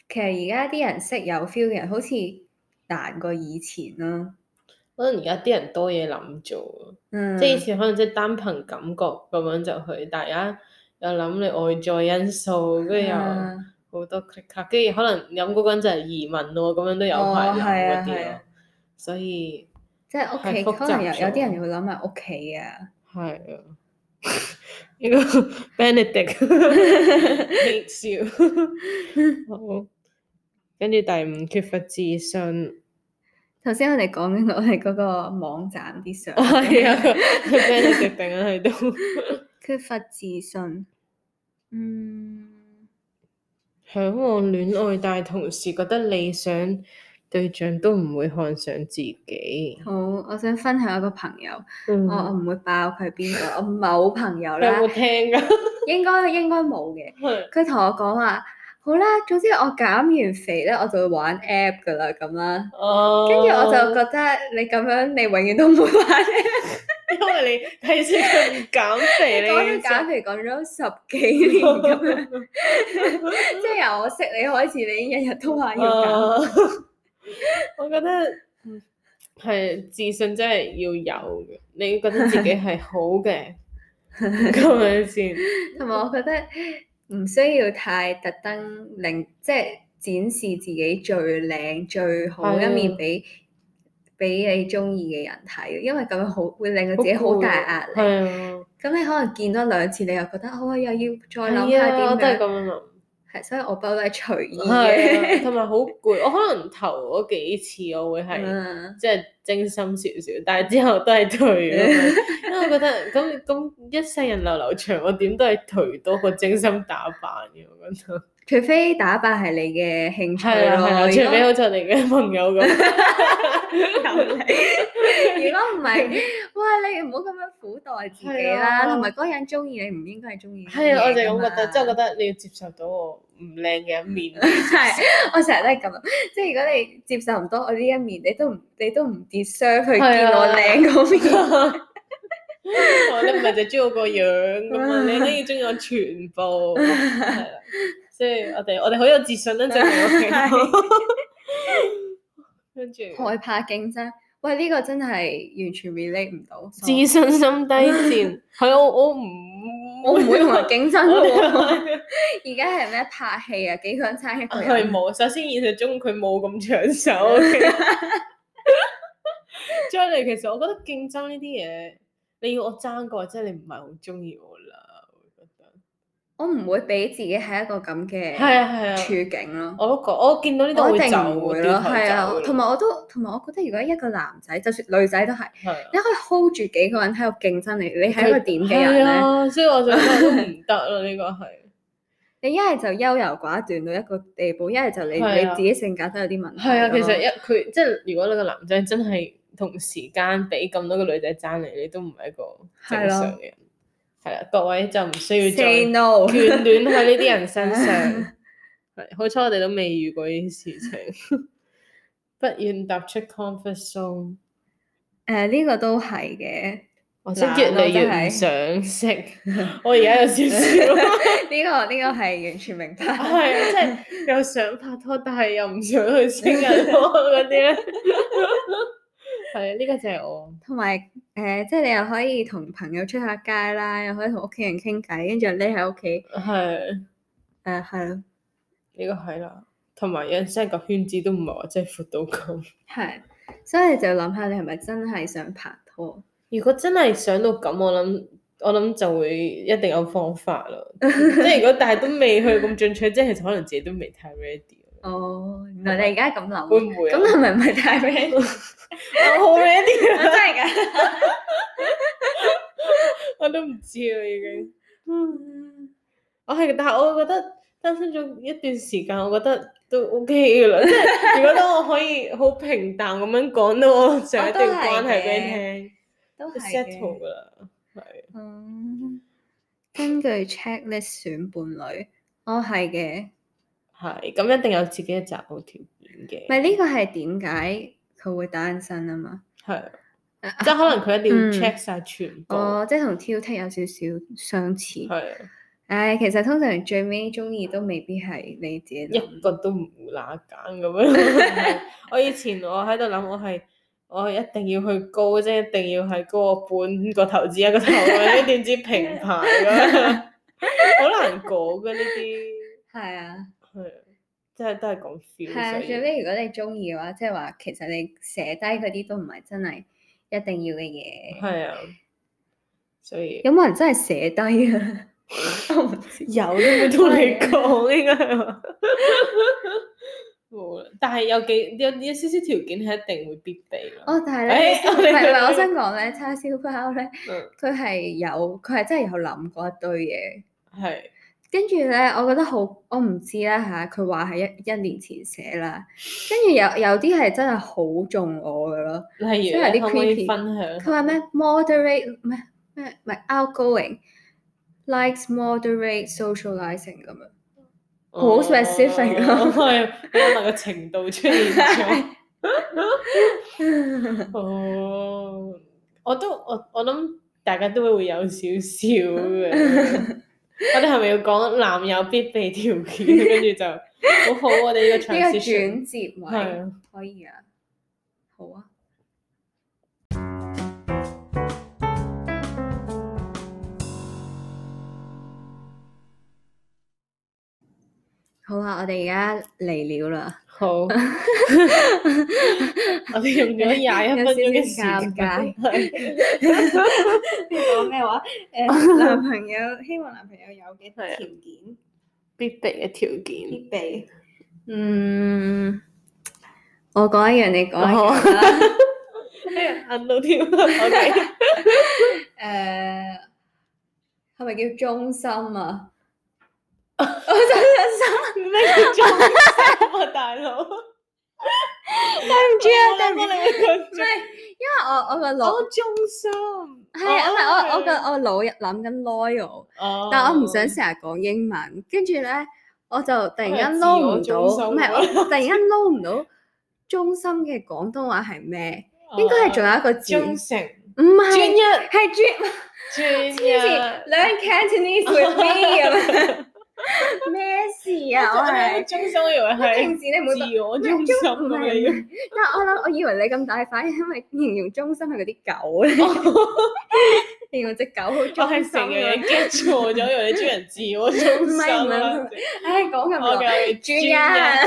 [SPEAKER 1] 其實而家啲人識有 feel 嘅人，好似難過以前咯。
[SPEAKER 2] 可能而家啲人多嘢諗做，啊
[SPEAKER 1] 嗯，
[SPEAKER 2] 即係以前可能即係單憑感覺咁樣就去，但係而家又諗你外在因素，跟住又
[SPEAKER 1] 啊
[SPEAKER 2] 好多 click 卡，跟住可能飲嗰個人就係移民咯，咁樣都有排
[SPEAKER 1] 哦係啊
[SPEAKER 2] 諗嗰啲
[SPEAKER 1] 係
[SPEAKER 2] 咯
[SPEAKER 1] 啊，
[SPEAKER 2] 所以
[SPEAKER 1] 即係屋
[SPEAKER 2] 係
[SPEAKER 1] 企，
[SPEAKER 2] 複雜
[SPEAKER 1] 可能有有
[SPEAKER 2] 咗
[SPEAKER 1] 啲人會諗埋屋企啊，
[SPEAKER 2] 係啊， <laughs> 呢個
[SPEAKER 1] <laughs>
[SPEAKER 2] Benedict hates you 好，跟住第五缺乏自
[SPEAKER 1] <laughs>
[SPEAKER 2] 信，
[SPEAKER 1] 頭先我哋講緊我哋嗰個網站啲相，
[SPEAKER 2] 係啊 <laughs> ，Benedict 突然間喺度
[SPEAKER 1] 缺乏自信。嗯，
[SPEAKER 2] 向往戀愛，但係同時覺得理想對象都唔會看上自己。
[SPEAKER 1] 好，我想分享一個朋友，
[SPEAKER 2] 嗯啊
[SPEAKER 1] 我我唔會爆佢係邊
[SPEAKER 2] <laughs>
[SPEAKER 1] 個，我某朋友
[SPEAKER 2] 你有
[SPEAKER 1] 哦啦，
[SPEAKER 2] 冇聽㗎？
[SPEAKER 1] 應該應該冇嘅。佢同我講話，好啦，總之我減完肥咧，我就會玩 app 噶啦咁啦。
[SPEAKER 2] 哦，
[SPEAKER 1] 跟住我就覺得你咁樣，你永遠都唔會玩 app。
[SPEAKER 2] 因為你睇住佢唔減 <laughs> 肥，你
[SPEAKER 1] 講咗減肥講咗十幾年咁樣。 <laughs> 即係由我識你開始，你已經日日都話要減。
[SPEAKER 2] <laughs> 啊我覺得嗯係自信真係要有嘅，你覺得自己係好嘅，咁
[SPEAKER 1] <laughs>
[SPEAKER 2] 樣先。
[SPEAKER 1] 同埋、我覺得唔需要太特登令，即係展示自己最靚最好
[SPEAKER 2] 係啊
[SPEAKER 1] 一面俾俾你中意嘅人睇，因為咁樣好會令到自己好大壓力。
[SPEAKER 2] 係啊，
[SPEAKER 1] 咁你可能見多兩次，你又覺得哦，又要再諗
[SPEAKER 2] 係
[SPEAKER 1] 下
[SPEAKER 2] 啊，我
[SPEAKER 1] 點
[SPEAKER 2] 都係咁
[SPEAKER 1] 樣。
[SPEAKER 2] 樣諗。
[SPEAKER 1] 係，所以我包都係隨意
[SPEAKER 2] 係啊，
[SPEAKER 1] 嘅。
[SPEAKER 2] 同埋好攰。我可能頭嗰幾次我會
[SPEAKER 1] <laughs>
[SPEAKER 2] 係。
[SPEAKER 1] 嗯
[SPEAKER 2] 即係精心少少，但係之後都係頹咁樣，因為我覺 <laughs> 得咁咁一世人流流長，我點都係頹多過精心打扮嘅，我覺得
[SPEAKER 1] 除非打扮係你嘅興趣
[SPEAKER 2] 係啦啊係啦，
[SPEAKER 1] 咯，
[SPEAKER 2] 除
[SPEAKER 1] 如
[SPEAKER 2] 非
[SPEAKER 1] 果
[SPEAKER 2] 好似我哋嘅朋友 <laughs> 咁，
[SPEAKER 1] 如果唔
[SPEAKER 2] <laughs>
[SPEAKER 1] 係，哇！你唔好咁樣苦待自己
[SPEAKER 2] 係
[SPEAKER 1] 啦，
[SPEAKER 2] 啊
[SPEAKER 1] 同埋嗰個人中意你，唔應該係中意。
[SPEAKER 2] 係啊，我就咁覺得，即係我覺
[SPEAKER 1] 得。
[SPEAKER 2] 得你要接受到我唔靚嘅一
[SPEAKER 1] <laughs>
[SPEAKER 2] 面，
[SPEAKER 1] 係，我成日都係咁，啊即係如果你接受唔到我呢一面，你都唔你都唔 deserve 去見我靚嗰 <laughs> 面。
[SPEAKER 2] 我你唔係就中意我個樣咁嘛，你都要中意我全部，係啦，所以我哋我哋好有自信啦，就係啊跟住。
[SPEAKER 1] 害怕競爭，喂，呢個真係完全 relate 唔到。
[SPEAKER 2] 自信心低線，係啊我我唔
[SPEAKER 1] 我唔會同人競爭
[SPEAKER 2] 我
[SPEAKER 1] 嘅喎。<laughs>
[SPEAKER 2] 哋
[SPEAKER 1] 而家係咩拍戲啊？幾個人爭一個
[SPEAKER 2] <laughs> 係
[SPEAKER 1] 人。
[SPEAKER 2] 冇。首先現實中佢冇咁搶手。再嚟，其實我覺得競爭呢啲嘢，你要我爭過，即係你唔係好中意我啦。我覺得
[SPEAKER 1] 我唔會俾自己係一個咁嘅
[SPEAKER 2] 係啊係啊，
[SPEAKER 1] 處境咯。
[SPEAKER 2] 我都覺我見到呢度
[SPEAKER 1] 我
[SPEAKER 2] 會
[SPEAKER 1] 一定
[SPEAKER 2] 走
[SPEAKER 1] 唔會
[SPEAKER 2] 會
[SPEAKER 1] 咯，係啊，同埋我都同埋我覺得，如果一個男仔，就算女仔都係，
[SPEAKER 2] 啊
[SPEAKER 1] 你可以 hold 住幾個人喺度競爭你，你係一個點嘅人
[SPEAKER 2] 係
[SPEAKER 1] 咧？
[SPEAKER 2] 啊，所以我就覺得都唔得咯，呢個係。 <laughs>
[SPEAKER 1] 你一係就優柔寡斷到一個地步，一係就你
[SPEAKER 2] 係
[SPEAKER 1] 你
[SPEAKER 2] 啊
[SPEAKER 1] 自己性格都有啲問題。
[SPEAKER 2] 係啊，其實一佢即係如果你個男仔真係同時間俾咁多個女仔爭你，你都唔係一個正
[SPEAKER 1] 係咯
[SPEAKER 2] 常嘅人。係啦，各位就唔需要
[SPEAKER 1] say
[SPEAKER 2] 再
[SPEAKER 1] no，
[SPEAKER 2] 眷戀喺呢啲人
[SPEAKER 1] <laughs>
[SPEAKER 2] 身上。係，好彩我哋都未遇過呢啲事情。不願踏出 comfort zone，
[SPEAKER 1] 誒呢個都係嘅， <laughs>
[SPEAKER 2] 我真係越嚟越唔想識。我而家有少少，
[SPEAKER 1] 呢個呢個係完全明
[SPEAKER 2] <laughs>
[SPEAKER 1] 白。
[SPEAKER 2] 係啊，即係又想拍拖，但係又唔想去識人咯嗰啲咧。 <laughs> 係啊，呢個就係我。
[SPEAKER 1] 同埋誒，即係你又可以同朋友出下街啦，又可以同屋企人傾偈，跟住又匿喺屋企
[SPEAKER 2] 係呢、
[SPEAKER 1] 誒係咯，
[SPEAKER 2] 個係啦，同埋有陣時個圈子都唔係話真係闊到咁。
[SPEAKER 1] 係，所以你就要諗下你係咪真係想拍拖。
[SPEAKER 2] 如果真係想到咁，我諗我諗就會一定有方法啦。 <laughs> 即係如果但係都未去咁進取，即係其實可能自己都未太 ready。
[SPEAKER 1] 哦，原來你而家咁諗，
[SPEAKER 2] 會唔會啊
[SPEAKER 1] 咁
[SPEAKER 2] <laughs>
[SPEAKER 1] 係咪唔係太 friend？
[SPEAKER 2] 啊我好 ready
[SPEAKER 1] 真係㗎，
[SPEAKER 2] <laughs> 我都唔知啦已經。嗯我係，但係我覺得單身咗一段時間，我覺得都 OK
[SPEAKER 1] <laughs>
[SPEAKER 2] 嘅啦。即係如果當我可以好平淡咁樣講到我上一段關係俾你聽，
[SPEAKER 1] 都
[SPEAKER 2] 就
[SPEAKER 1] 係
[SPEAKER 2] settle
[SPEAKER 1] 嘅。
[SPEAKER 2] 噶啦，係。
[SPEAKER 1] 嗯根據 checklist 選伴侶，我係嘅。
[SPEAKER 2] 係，咁一定有自己嘅擇偶條件嘅，
[SPEAKER 1] 咪呢個係點解佢會單身啊嘛？
[SPEAKER 2] 係，
[SPEAKER 1] 啊
[SPEAKER 2] 即係可能佢一定要
[SPEAKER 1] 嗯
[SPEAKER 2] check 晒全部，
[SPEAKER 1] 哦，即係同挑剔有少少相似。
[SPEAKER 2] 係
[SPEAKER 1] 唉，其實通常最尾中意都未必係你自己諗。
[SPEAKER 2] 一個都唔乸揀咁樣。我以前我喺度諗，我係我一定要去高，即係一定要係高我半個頭至一個頭咁樣，點知平排咁樣， <laughs> 好難講嘅呢啲，
[SPEAKER 1] 係啊，
[SPEAKER 2] 係啊即係都係講 feel
[SPEAKER 1] 係啊，
[SPEAKER 2] 所以。
[SPEAKER 1] 最尾如果你中意嘅話，即係話其實你寫低嗰啲都唔係真係一定要嘅嘢。
[SPEAKER 2] 係啊，所以啊
[SPEAKER 1] 有冇人真係寫低啊？ <laughs> 我唔知。
[SPEAKER 2] 有都冇同你
[SPEAKER 1] 係
[SPEAKER 2] 講，應該係話冇啦。但係有幾有有少少條件係一定會必備啦。
[SPEAKER 1] 哦，但係咧，唔
[SPEAKER 2] 誒哎我哋
[SPEAKER 1] 係唔係，我
[SPEAKER 2] 去
[SPEAKER 1] 想講咧，叉燒包咧，
[SPEAKER 2] 嗯
[SPEAKER 1] 佢係有，佢係真係有諗過一堆嘢。
[SPEAKER 2] 係
[SPEAKER 1] 跟住咧，我覺得好，我唔知啦嚇。佢話係一一年前寫啦，跟住有有啲係真係好中我嘅咯。
[SPEAKER 2] 例
[SPEAKER 1] 即係有
[SPEAKER 2] 如
[SPEAKER 1] 啲
[SPEAKER 2] 可唔可以
[SPEAKER 1] creepy
[SPEAKER 2] 分享
[SPEAKER 1] 佢話咩 moderate 唔係咩唔係 outgoing likes moderate socializing 咁樣，好 specific 咯
[SPEAKER 2] 咯，係因為個程度出現咗。
[SPEAKER 1] <laughs>
[SPEAKER 2] 哦，我都我我諗大家都會有少少嘅。我哋係咪要講男友必備條件，跟住就好好我哋
[SPEAKER 1] 呢個
[SPEAKER 2] 呢個 transition
[SPEAKER 1] 轉折
[SPEAKER 2] 係
[SPEAKER 1] 位
[SPEAKER 2] 啊
[SPEAKER 1] 可以啊，好啊。好啊！我哋而家嚟了啦， <laughs>
[SPEAKER 2] 好，我哋用咗廿一分鐘嘅時間，
[SPEAKER 1] <laughs>
[SPEAKER 2] 係
[SPEAKER 1] 你講咩 <laughs> 話？誒，男朋友希望男朋友有嘅
[SPEAKER 2] 係啊
[SPEAKER 1] 條件
[SPEAKER 2] 必備嘅條件。
[SPEAKER 1] <laughs> 必備。嗯，我講一樣，你講一
[SPEAKER 2] 好
[SPEAKER 1] 樣啦。
[SPEAKER 2] 哎呀，摁到添，OK，
[SPEAKER 1] <laughs> 誒係咪叫忠心啊？我真係
[SPEAKER 2] 咩叫中心啊，大佬？
[SPEAKER 1] 心，對唔住啊，對
[SPEAKER 2] 我
[SPEAKER 1] 唔住。
[SPEAKER 2] 諗你會講
[SPEAKER 1] 唔係，因為我我個腦
[SPEAKER 2] 我中心，
[SPEAKER 1] 係啊，唔係我我個我腦入諗緊 loyal，
[SPEAKER 2] 我
[SPEAKER 1] 但我唔想成日講英文，跟住咧我就突然間
[SPEAKER 2] 係自
[SPEAKER 1] 撈
[SPEAKER 2] 我
[SPEAKER 1] 唔到，
[SPEAKER 2] 中心
[SPEAKER 1] 唔係
[SPEAKER 2] 啊
[SPEAKER 1] 我突然間撈唔到中心嘅廣東話係咩？
[SPEAKER 2] Ờ.
[SPEAKER 1] 應該係仲有一個字，
[SPEAKER 2] 忠誠、
[SPEAKER 1] 唔
[SPEAKER 2] 專
[SPEAKER 1] 係
[SPEAKER 2] 一、
[SPEAKER 1] 係 dream，
[SPEAKER 2] 專
[SPEAKER 1] 黐線
[SPEAKER 2] 一。
[SPEAKER 1] learn Cantonese with me 咁樣咩事啊？我係。
[SPEAKER 2] 中心，我以為
[SPEAKER 1] 平
[SPEAKER 2] 係
[SPEAKER 1] 時你唔會覺
[SPEAKER 2] 自我
[SPEAKER 1] 唔係
[SPEAKER 2] 中心
[SPEAKER 1] 唔
[SPEAKER 2] 咁
[SPEAKER 1] 係
[SPEAKER 2] 樣。
[SPEAKER 1] 唔係但係我諗，我以為你咁大反應，因為形容中心係嗰啲狗咧， <laughs> 形容只狗好
[SPEAKER 2] 哦我
[SPEAKER 1] 中
[SPEAKER 2] 係
[SPEAKER 1] 心
[SPEAKER 2] 成日
[SPEAKER 1] 嘅。
[SPEAKER 2] get 錯咗，以為你專人自我中心
[SPEAKER 1] 唔係唔
[SPEAKER 2] 啦。
[SPEAKER 1] 唉，講咁
[SPEAKER 2] 我
[SPEAKER 1] 耐，
[SPEAKER 2] 嘅專
[SPEAKER 1] 專一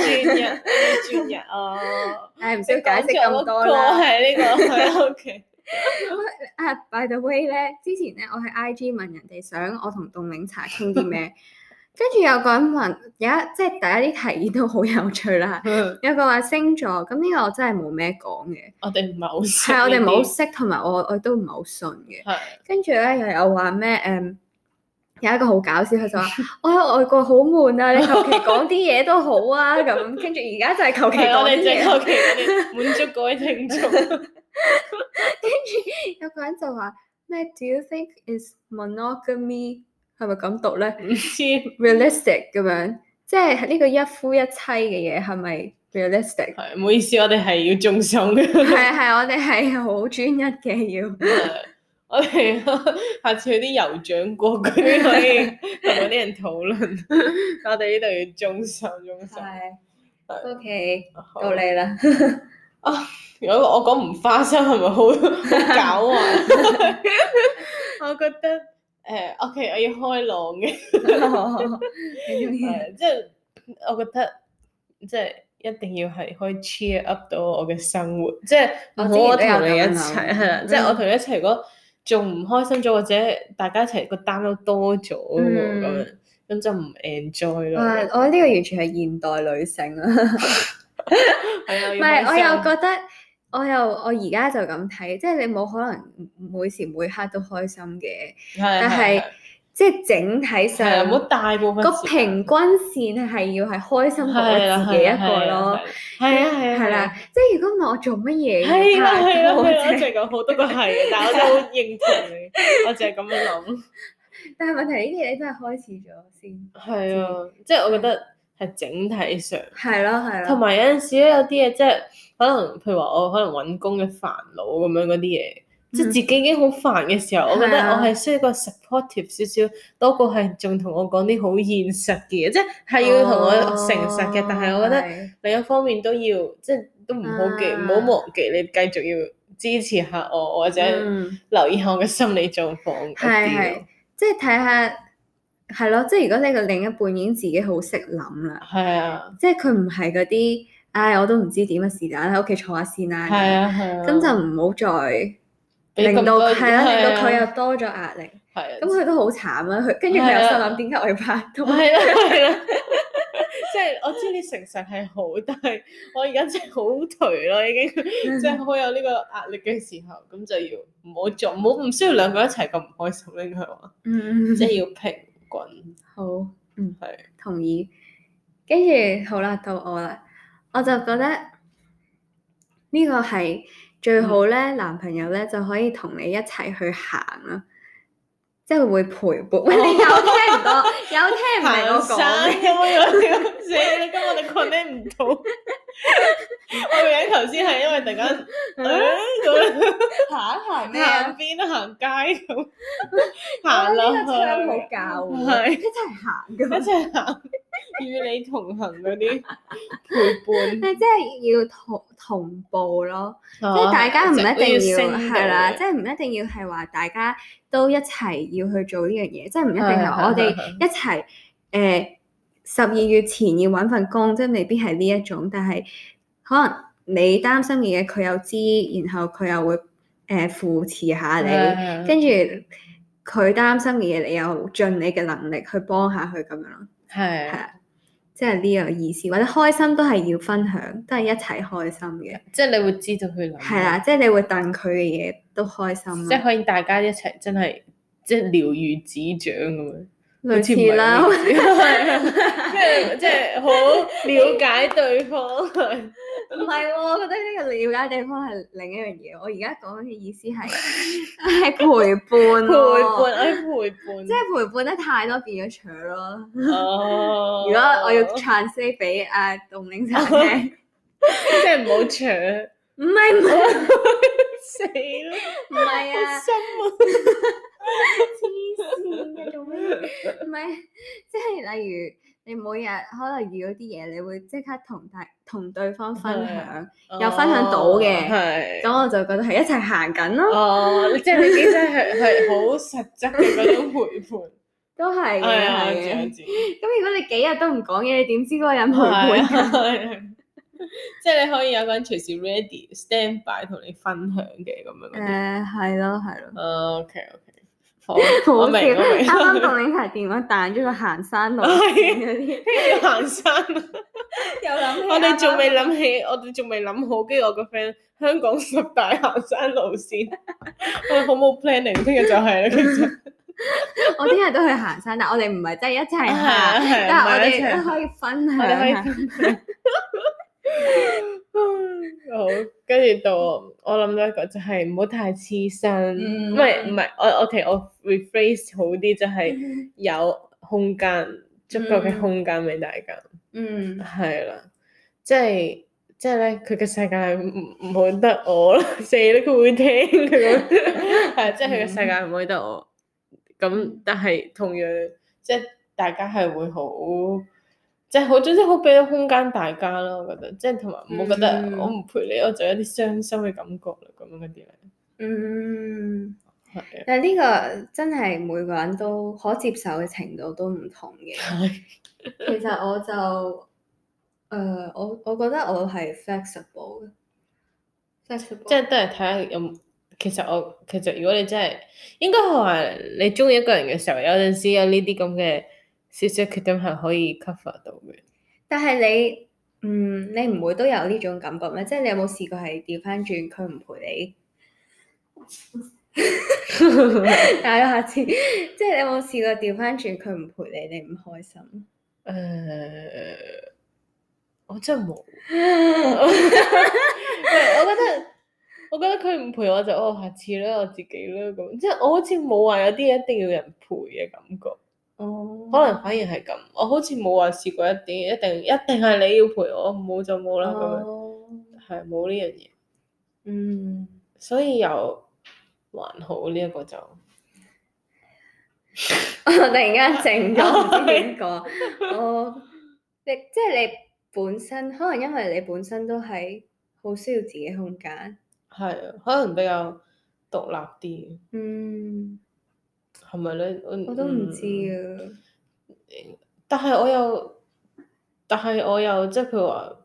[SPEAKER 2] 一、專一、專一哦。
[SPEAKER 1] 唉，唔需要解釋咁多
[SPEAKER 2] 我
[SPEAKER 1] 啦。
[SPEAKER 2] 係呢個係 OK。
[SPEAKER 1] 啊，by the way 咧，之前咧我喺 IG 問人哋想我同凍檸茶傾啲
[SPEAKER 2] <laughs>
[SPEAKER 1] 咩，跟住有個人問，有一即係大家啲提議都好有趣啦。有個話星座，咁呢個我真係冇咩講嘅，
[SPEAKER 2] 我哋唔係好識
[SPEAKER 1] 係我哋
[SPEAKER 2] 呢
[SPEAKER 1] 冇
[SPEAKER 2] 啲
[SPEAKER 1] 識，同埋我我都唔係好信嘅。
[SPEAKER 2] 係
[SPEAKER 1] 跟住咧又有話咩誒？有一個好搞笑，佢就話： <laughs> 我喺外國好悶啊，你求其講啲嘢都好啊 <laughs> 咁。跟住而家就係求其
[SPEAKER 2] 係我啊
[SPEAKER 1] 講啲
[SPEAKER 2] 哋
[SPEAKER 1] 嘢 <laughs>
[SPEAKER 2] 正。求其嗰啲滿足各位聽眾。
[SPEAKER 1] 有個人就話咩？Do you think is monogamy 係咪咁讀咧
[SPEAKER 2] 唔知
[SPEAKER 1] ？Realistic 咁樣，即係呢個一夫一妻嘅嘢係咪
[SPEAKER 2] <laughs>
[SPEAKER 1] realistic？
[SPEAKER 2] 係唔好意思，我哋係要中
[SPEAKER 1] <laughs>
[SPEAKER 2] 心嘅。
[SPEAKER 1] 係係，我哋係好專一嘅要。
[SPEAKER 2] 我哋 <laughs> 下次去啲酋長國嗰啲可以同嗰啲人討論。我哋呢度要中心中心。
[SPEAKER 1] 係。
[SPEAKER 2] 係
[SPEAKER 1] <laughs> OK，
[SPEAKER 2] 好
[SPEAKER 1] 到你啦。
[SPEAKER 2] 如果我講唔花心係咪好啊好狡
[SPEAKER 1] <laughs>
[SPEAKER 2] <laughs> 猾？我覺得誒、o k 我要開朗嘅，
[SPEAKER 1] <laughs> 你中意？
[SPEAKER 2] 誒即係我覺得即係一定要係可以 cheer up 到我嘅生活，即係唔
[SPEAKER 1] 我
[SPEAKER 2] 好
[SPEAKER 1] 之前
[SPEAKER 2] 我
[SPEAKER 1] 都
[SPEAKER 2] 同
[SPEAKER 1] 有
[SPEAKER 2] 你一
[SPEAKER 1] 咁
[SPEAKER 2] 齊
[SPEAKER 1] 諗
[SPEAKER 2] 係啦，即係我
[SPEAKER 1] 嗯
[SPEAKER 2] 同你一齊如果仲唔開心咗，或者大家一齊個擔都多咗
[SPEAKER 1] 嗯
[SPEAKER 2] 喎咁樣，咁就唔 enjoy 咯。
[SPEAKER 1] 哇！我呢個完全係現代女性啊，
[SPEAKER 2] 係啊，
[SPEAKER 1] 唔
[SPEAKER 2] 唔
[SPEAKER 1] 係我又覺得，我又我而家就咁睇，即係你冇可能每時每刻都開心嘅，但
[SPEAKER 2] 但
[SPEAKER 1] 係即係整體
[SPEAKER 2] 係啊，
[SPEAKER 1] 上
[SPEAKER 2] 冇大部分
[SPEAKER 1] 個
[SPEAKER 2] 時間
[SPEAKER 1] 平均線係要係開心過我自己一個咯，，
[SPEAKER 2] 係啊係啊，
[SPEAKER 1] 係啦，即係如果唔係我做乜嘢
[SPEAKER 2] 係啦係啦
[SPEAKER 1] 要拍
[SPEAKER 2] 係啦，我
[SPEAKER 1] 拖
[SPEAKER 2] 就
[SPEAKER 1] 啫
[SPEAKER 2] 係講好多個係，但我都好認同你，我就係咁樣諗。
[SPEAKER 1] 但係問題呢啲嘢真係開始咗先，
[SPEAKER 2] 係啊，即係我覺得係整體上，
[SPEAKER 1] 係啊咯係
[SPEAKER 2] 同
[SPEAKER 1] 咯，
[SPEAKER 2] 埋有陣時咧有啲嘢即係可能譬如話我可能揾工嘅煩惱咁樣嗰啲嘢。即係
[SPEAKER 1] 嗯
[SPEAKER 2] 自己已經好煩嘅時候，我覺得
[SPEAKER 1] 係啊
[SPEAKER 2] 我係需要一個 supportive 少少，多過係仲同我講啲好現實嘅嘢，即係係要同我誠實嘅。但係我覺得
[SPEAKER 1] 哦係
[SPEAKER 2] 另一方面都要即係都唔好記，唔好、
[SPEAKER 1] 啊
[SPEAKER 2] 忘記你繼續要支持下我，或者
[SPEAKER 1] 嗯
[SPEAKER 2] 留意下我嘅心理狀況嗰
[SPEAKER 1] 係
[SPEAKER 2] 啲
[SPEAKER 1] 係
[SPEAKER 2] 咯。，
[SPEAKER 1] 即係睇下係咯，即係如果你個另一半已經自己好識諗啦，
[SPEAKER 2] 係啊，
[SPEAKER 1] 即係佢唔係嗰啲，唉、我都唔知點啊，是但喺屋企坐下先啦。
[SPEAKER 2] 係啊，係啊。
[SPEAKER 1] 咁就唔好再
[SPEAKER 2] 俾
[SPEAKER 1] 令
[SPEAKER 2] 咁
[SPEAKER 1] 到
[SPEAKER 2] 多
[SPEAKER 1] 係啦，令到佢
[SPEAKER 2] 係
[SPEAKER 1] 又
[SPEAKER 2] 啊
[SPEAKER 1] 多咗壓力，
[SPEAKER 2] 係啊 <laughs>
[SPEAKER 1] 咁佢都好慘啊！佢跟住佢又
[SPEAKER 2] 係
[SPEAKER 1] 心
[SPEAKER 2] 啊
[SPEAKER 1] 諗點解我要拍拖？
[SPEAKER 2] 係啦，係啊啦，即係我知你誠實係好，但係我而家真係好頹咯，已 <laughs> 經 <laughs> 即係好有呢個壓力嘅時候，咁就要唔好做，唔好唔需要兩個一齊咁唔開心咧，佢話，
[SPEAKER 1] <laughs> 嗯，
[SPEAKER 2] <laughs> 即係要平均，
[SPEAKER 1] 好，嗯，
[SPEAKER 2] 係
[SPEAKER 1] 同意。跟住好啦，到我啦，我就覺得呢個係最
[SPEAKER 2] 嗯
[SPEAKER 1] 好咧，男朋友咧就可以同你一齊去行啦，即係會陪伴。喂， <laughs> 你有聽唔到？有聽唔明我
[SPEAKER 2] 哦行山
[SPEAKER 1] 講咩？
[SPEAKER 2] 有冇有條死你今日 <laughs> 我哋 connect 唔到，我個人頭先係因為突然 <laughs> 間嗯咁
[SPEAKER 1] 行行
[SPEAKER 2] 樣行啊邊行街 <laughs> 咁行
[SPEAKER 1] 行
[SPEAKER 2] 落
[SPEAKER 1] 啦，哦呢個
[SPEAKER 2] 去，
[SPEAKER 1] 窗好教喎，
[SPEAKER 2] 係
[SPEAKER 1] 一齊行
[SPEAKER 2] 一
[SPEAKER 1] 嘅。
[SPEAKER 2] 齊
[SPEAKER 1] <laughs>
[SPEAKER 2] 行，與啊你同行嗰啲陪伴，
[SPEAKER 1] 你即係要同同步咯，
[SPEAKER 2] 即
[SPEAKER 1] 哦即係大家唔一定要係
[SPEAKER 2] 係
[SPEAKER 1] 啦，
[SPEAKER 2] 啦
[SPEAKER 1] 即，係唔一定要係話大家都一齊要去做呢樣嘢，即係唔一定係我哋一齊誒十二月前要揾份工，即係未必係呢一種，但係可能你擔心嘅嘢佢又知，然後佢又會誒、呃扶持下你，
[SPEAKER 2] 係
[SPEAKER 1] 跟住佢擔心嘅嘢你又盡你嘅能力去幫下佢咁樣咯，係
[SPEAKER 2] 係
[SPEAKER 1] 啊。即係呢個意思，或者開心都係要分享，都係一齊開心嘅，
[SPEAKER 2] 即係你會知道佢諗，
[SPEAKER 1] 係啦，，嗯即係你會戥佢嘅嘢都開心
[SPEAKER 2] 即
[SPEAKER 1] 咯
[SPEAKER 2] 係，可以大家一齊真係即係了如指掌咁樣。好
[SPEAKER 1] 類
[SPEAKER 2] 似唔係
[SPEAKER 1] 似啦，
[SPEAKER 2] 好似係即係即係好了解對方。
[SPEAKER 1] <laughs> 唔係喎，我覺得呢個了解地方係另一樣嘢。我而家講嘅意思係係陪伴
[SPEAKER 2] 陪
[SPEAKER 1] 咯，
[SPEAKER 2] 伴，哎，陪伴，
[SPEAKER 1] 哦即係陪伴得太多變咗搶咯。
[SPEAKER 2] 哦。
[SPEAKER 1] 如果我
[SPEAKER 2] <laughs>
[SPEAKER 1] 要 translate 俾阿董領察聽，
[SPEAKER 2] 即係唔好
[SPEAKER 1] <laughs>
[SPEAKER 2] 搶，
[SPEAKER 1] 唔係唔係
[SPEAKER 2] 死啦，
[SPEAKER 1] 唔係啊，
[SPEAKER 2] 好
[SPEAKER 1] 黐線嘅做咩？唔係，即係例如你每日可能遇到啲嘢，你會即刻同大同對方分享，
[SPEAKER 2] 心啊！
[SPEAKER 1] 有分享到嘅
[SPEAKER 2] 哦係。
[SPEAKER 1] 咁我就覺得係一齊行緊咯，
[SPEAKER 2] 哦，即係你已經真係
[SPEAKER 1] <laughs>
[SPEAKER 2] 係好實質嘅嗰種陪
[SPEAKER 1] 都係
[SPEAKER 2] 伴，係
[SPEAKER 1] 嘅，
[SPEAKER 2] 啊，
[SPEAKER 1] 係
[SPEAKER 2] 我知我
[SPEAKER 1] 嘅。
[SPEAKER 2] 知，
[SPEAKER 1] 咁如果你幾日都唔講嘢，你點知嗰個人陪
[SPEAKER 2] 係
[SPEAKER 1] 伴？
[SPEAKER 2] 啊係啊即係你可以有個人隨時 ready stand by 同你分享嘅咁樣嗰啲。
[SPEAKER 1] 誒係啊咯係咯，
[SPEAKER 2] O K O K，好，
[SPEAKER 1] 好
[SPEAKER 2] 我
[SPEAKER 1] 笑！
[SPEAKER 2] 明我
[SPEAKER 1] 啱啱
[SPEAKER 2] 明，
[SPEAKER 1] 同你提電話彈咗個行山路
[SPEAKER 2] <laughs>
[SPEAKER 1] 線嗰啲，
[SPEAKER 2] 跟住行山啊，
[SPEAKER 1] 又諗起啊
[SPEAKER 2] 我哋仲未
[SPEAKER 1] 啱啱
[SPEAKER 2] 諗起，我哋仲未諗好，跟住我個 friend 香港十大行山路線，我哋好冇 planning，聽日就係啦，其實
[SPEAKER 1] 我聽日都去行山，但我哋唔係真係一齊
[SPEAKER 2] 係啊
[SPEAKER 1] 行，
[SPEAKER 2] 係
[SPEAKER 1] 但係
[SPEAKER 2] 啊，
[SPEAKER 1] 我
[SPEAKER 2] 唔係一
[SPEAKER 1] 哋都
[SPEAKER 2] 齊，
[SPEAKER 1] 可以分享
[SPEAKER 2] 我哋可以
[SPEAKER 1] 下。
[SPEAKER 2] 好，跟住到我我諗到一個就係唔好太黐身，
[SPEAKER 1] 嗯
[SPEAKER 2] 唔係唔係，我我其實我 rephrase 好啲就係有空間，足夠嘅
[SPEAKER 1] 嗯
[SPEAKER 2] 空間俾大家。
[SPEAKER 1] 嗯，
[SPEAKER 2] 係啦，即係即係咧，佢嘅世界唔唔好得我啦， <laughs> 死啦！佢會聽佢咁，係即係佢嘅世界唔會得我。咁但係同樣，即係大家係會好，即係好總之好俾咗空間大家咯。我覺得即係同埋唔好覺得
[SPEAKER 1] 嗯
[SPEAKER 2] 我唔陪你，我就有啲傷心嘅感覺啦。咁樣嗰啲咧，
[SPEAKER 1] 嗯，
[SPEAKER 2] 係啊
[SPEAKER 1] 但係呢個真係每個人都可接受嘅程度都唔同嘅。
[SPEAKER 2] 係
[SPEAKER 1] <laughs> 其實我就誒、呃我我覺得我係 flexible 嘅，flexible
[SPEAKER 2] 即係都係睇下有冇。其實我其實如果你真係應該係話你中意一個人嘅時候，有陣時有呢啲咁嘅少少缺點係可以 cover 到嘅。
[SPEAKER 1] 但係嗯，你唔會都有呢種感覺咩？即係你有冇試過係調翻轉佢唔陪你，但係下次即 <laughs> 係你有冇試過調翻轉佢唔陪你，你唔開 <laughs> 心？
[SPEAKER 2] 我真係冇，唔係我覺得，我覺得佢唔陪我就哦，下次啦，我自己啦咁，即係我好似冇話有啲嘢一定要人陪嘅感覺，
[SPEAKER 1] 哦，
[SPEAKER 2] 可能反而係咁，我好似冇話試過一啲一定一定係你要陪我，冇就冇啦咁樣，
[SPEAKER 1] 哦
[SPEAKER 2] 係冇呢樣嘢，
[SPEAKER 1] 嗯，
[SPEAKER 2] 所以又還好呢一個就，
[SPEAKER 1] 我 <laughs> 突然間靜咗，唔知點講。哦，你即係你本身，可能因為你本身都係好需要自己空間。
[SPEAKER 2] 係啊可能比較獨立
[SPEAKER 1] 嗯，
[SPEAKER 2] 啲，係咪咧？
[SPEAKER 1] 我都唔知啊。
[SPEAKER 2] 但係我又，但係我又即係佢話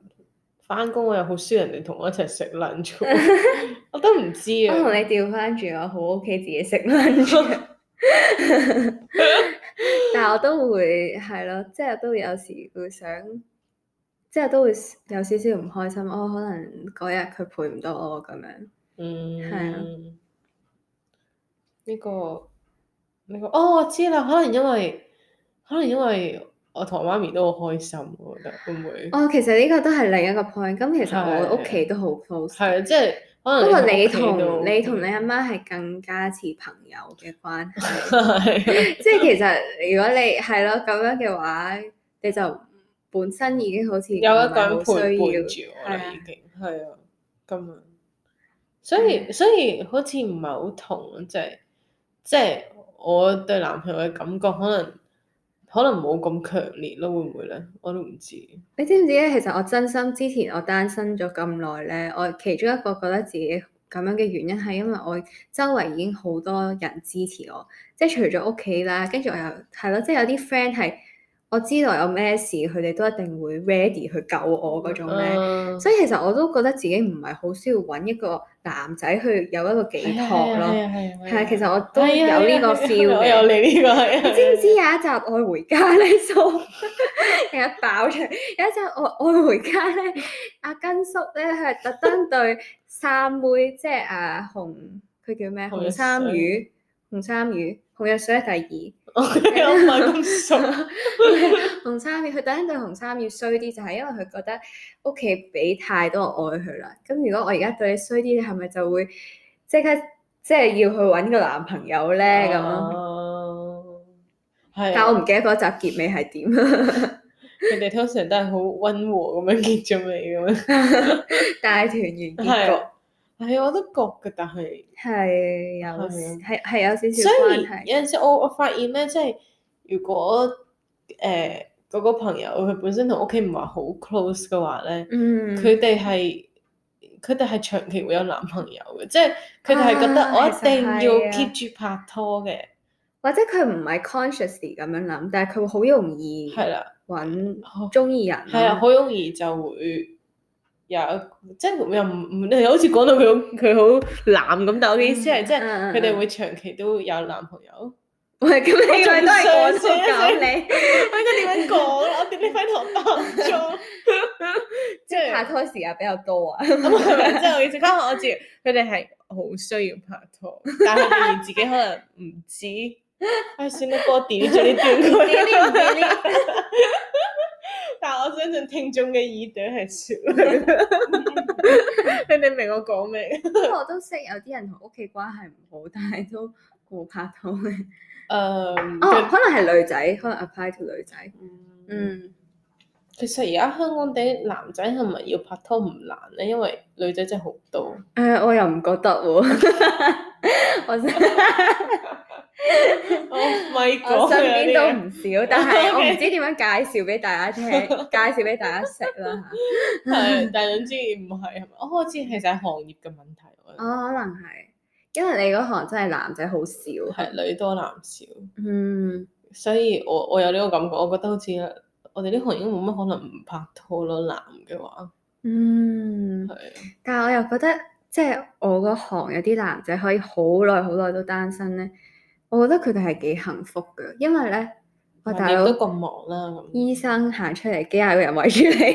[SPEAKER 2] 翻工，我又好少人哋同我一齊食 lunch，喎
[SPEAKER 1] <laughs>
[SPEAKER 2] 我都唔知
[SPEAKER 1] 我同
[SPEAKER 2] 啊。
[SPEAKER 1] 你調翻轉，我好 OK 自己食 lunch，但係我都會係咯，即係都有時會想，即係都會有少少唔開心。哦，可能嗰日佢陪唔到我咁樣。
[SPEAKER 2] 嗯，
[SPEAKER 1] 係啊
[SPEAKER 2] 呢個呢個哦，我知啦，可能因為可能因為我同我媽咪都好開心，我覺得會唔會
[SPEAKER 1] 哦，其實呢個都係另一個 point。咁其實我
[SPEAKER 2] 係
[SPEAKER 1] 屋企都好 close 嘅。
[SPEAKER 2] 係啊即係可能
[SPEAKER 1] 不過你
[SPEAKER 2] 屋企都嗯
[SPEAKER 1] 同你同你阿媽係更加似朋友嘅關係， <laughs>
[SPEAKER 2] 係
[SPEAKER 1] 即係其實如果你係咯咁樣嘅話，你就本身已經好似
[SPEAKER 2] 有一個人
[SPEAKER 1] 唔係
[SPEAKER 2] 陪
[SPEAKER 1] 好需要
[SPEAKER 2] 伴住我
[SPEAKER 1] 係
[SPEAKER 2] 啦，
[SPEAKER 1] 啊
[SPEAKER 2] 已經係啊，咁樣，所
[SPEAKER 1] 嗯
[SPEAKER 2] 以所以好似唔係好同啊，即係即係我對男朋友嘅感覺可能可能冇咁強烈咯，會唔會咧？我都唔知。
[SPEAKER 1] 你知唔知咧？其實我真心之前我單身咗咁耐咧，我其中一個覺得自己咁樣嘅原因係因為我周圍已經好多人支持我，即係除咗屋企啦，跟住我又係咯，即係有啲 friend 係我知道有咩事，佢哋都一定會 ready 去救我嗰種咧。
[SPEAKER 2] 嗯
[SPEAKER 1] 所以其實我都覺得自己唔係好需要揾一個男仔去有一個寄
[SPEAKER 2] 係啊
[SPEAKER 1] 託
[SPEAKER 2] 係
[SPEAKER 1] 咯。
[SPEAKER 2] 啊係啊係
[SPEAKER 1] 係
[SPEAKER 2] 啊
[SPEAKER 1] 啊，其實我都
[SPEAKER 2] 係啊
[SPEAKER 1] 有
[SPEAKER 2] 係
[SPEAKER 1] 呢
[SPEAKER 2] 啊
[SPEAKER 1] 個
[SPEAKER 2] 係啊
[SPEAKER 1] feel
[SPEAKER 2] 我有
[SPEAKER 1] 嘅。
[SPEAKER 2] 你呢個係啊。
[SPEAKER 1] <laughs> 你知唔知有一集《愛回家》 <laughs> 咧？so 日日爆出嚟，有一集《愛愛回家》咧，阿根叔咧佢係特登對三妹，即係啊紅，佢叫咩？
[SPEAKER 2] 紅
[SPEAKER 1] 紅
[SPEAKER 2] 藥
[SPEAKER 1] 衫
[SPEAKER 2] 水
[SPEAKER 1] 魚，紅衫魚，紅藥水係第
[SPEAKER 2] 我我唔係咁熟。
[SPEAKER 1] 二，紅衫魚佢特登對紅衫魚衰啲，就係因為佢覺得屋企俾太多愛佢啦。咁如果我而家對你衰啲，你係咪就會即刻即係要去揾個男朋友咧咁咯？
[SPEAKER 2] 哦。係啊。
[SPEAKER 1] 但我唔記得嗰集結尾係點啊啦，
[SPEAKER 2] 佢哋通常都係好温和咁樣結咗尾
[SPEAKER 1] <laughs>
[SPEAKER 2] 咁樣。
[SPEAKER 1] 大團圓結
[SPEAKER 2] 係
[SPEAKER 1] 局
[SPEAKER 2] 啊係啊，我都覺嘅，但係
[SPEAKER 1] 係有
[SPEAKER 2] 係
[SPEAKER 1] 係係有少少
[SPEAKER 2] 雖
[SPEAKER 1] 關
[SPEAKER 2] 然
[SPEAKER 1] 係，
[SPEAKER 2] 有陣時我我發現咧，即係如果誒嗰個朋友佢本身同屋企唔係好 close 嘅話咧，
[SPEAKER 1] 嗯，
[SPEAKER 2] 佢哋係佢哋係長期會有男朋友嘅，即係佢哋係覺得
[SPEAKER 1] 啊
[SPEAKER 2] 我一
[SPEAKER 1] 其實
[SPEAKER 2] 定要
[SPEAKER 1] 係啊
[SPEAKER 2] keep 住拍拖嘅，
[SPEAKER 1] 或者佢唔係 consciously 咁樣諗，但係佢會好容易
[SPEAKER 2] 係啦，
[SPEAKER 1] 揾
[SPEAKER 2] 好
[SPEAKER 1] 中意人咯，
[SPEAKER 2] 係啊，好容易就會。有即係又唔唔，你好似講到佢好佢好男咁，但我嘅意思係即係
[SPEAKER 1] 嗯嗯嗯
[SPEAKER 2] 佢哋會長期都有男朋
[SPEAKER 1] <laughs>
[SPEAKER 2] 友。
[SPEAKER 1] 喂，咁你咪都係我都搞你，
[SPEAKER 2] 我應該點樣講啦？我點呢番糖包
[SPEAKER 1] <laughs>
[SPEAKER 2] 裝？
[SPEAKER 1] 即
[SPEAKER 2] 即
[SPEAKER 1] 係拍
[SPEAKER 2] 係
[SPEAKER 1] 拖時間比較多啊。
[SPEAKER 2] 咁係咪？即係我意思，翻我知佢哋係好需要拍
[SPEAKER 1] <laughs>
[SPEAKER 2] 拖，但係佢哋連自己可能唔知。唉，算啦，幫我 delete 咗呢段佢。
[SPEAKER 1] delete 唔 delete
[SPEAKER 2] <laughs> 但係我相信聽眾嘅耳朵係少，
[SPEAKER 1] <laughs>
[SPEAKER 2] <laughs> 你哋明我講咩？
[SPEAKER 1] 不過我都識有啲人同屋企關係唔好，但係都冇拍拖 <laughs> 嘅。
[SPEAKER 2] 誒
[SPEAKER 1] 哦，可能係女仔，可能 apply to 女仔。
[SPEAKER 2] 嗯，
[SPEAKER 1] 嗯，
[SPEAKER 2] 其實而家香港地男仔係咪要拍拖唔難咧？因為女仔真係好
[SPEAKER 1] <laughs>
[SPEAKER 2] 多。
[SPEAKER 1] 嗯誒、我又唔覺得 <laughs> 喎。我真
[SPEAKER 2] 我
[SPEAKER 1] Oh
[SPEAKER 2] 咪講
[SPEAKER 1] 我身邊都
[SPEAKER 2] 嘅
[SPEAKER 1] 唔少，但係 <laughs>
[SPEAKER 2] OK
[SPEAKER 1] 我唔知點樣介紹俾大家 <laughs> 聽，介紹俾大家識啦嚇。
[SPEAKER 2] 係，但係總之唔係係咪？哦我好似其實係行業嘅問題，我覺
[SPEAKER 1] 我哦可能係因為你嗰行真係男仔好少，
[SPEAKER 2] 得係女多男少，
[SPEAKER 1] 嗯，
[SPEAKER 2] 所以我我有呢個感覺，我覺得好似我哋呢行已經冇乜可能唔拍拖咯，男嘅話
[SPEAKER 1] 嗯
[SPEAKER 2] 係，啊，
[SPEAKER 1] 但係我又覺得即係我嗰行有啲男仔可以好耐好耐都單身咧，我覺得佢哋係幾幸福嘅，因為咧，我大
[SPEAKER 2] 亦
[SPEAKER 1] 佬 <laughs>
[SPEAKER 2] 都咁忙啦咁。
[SPEAKER 1] 醫生行出嚟幾廿個人圍住你，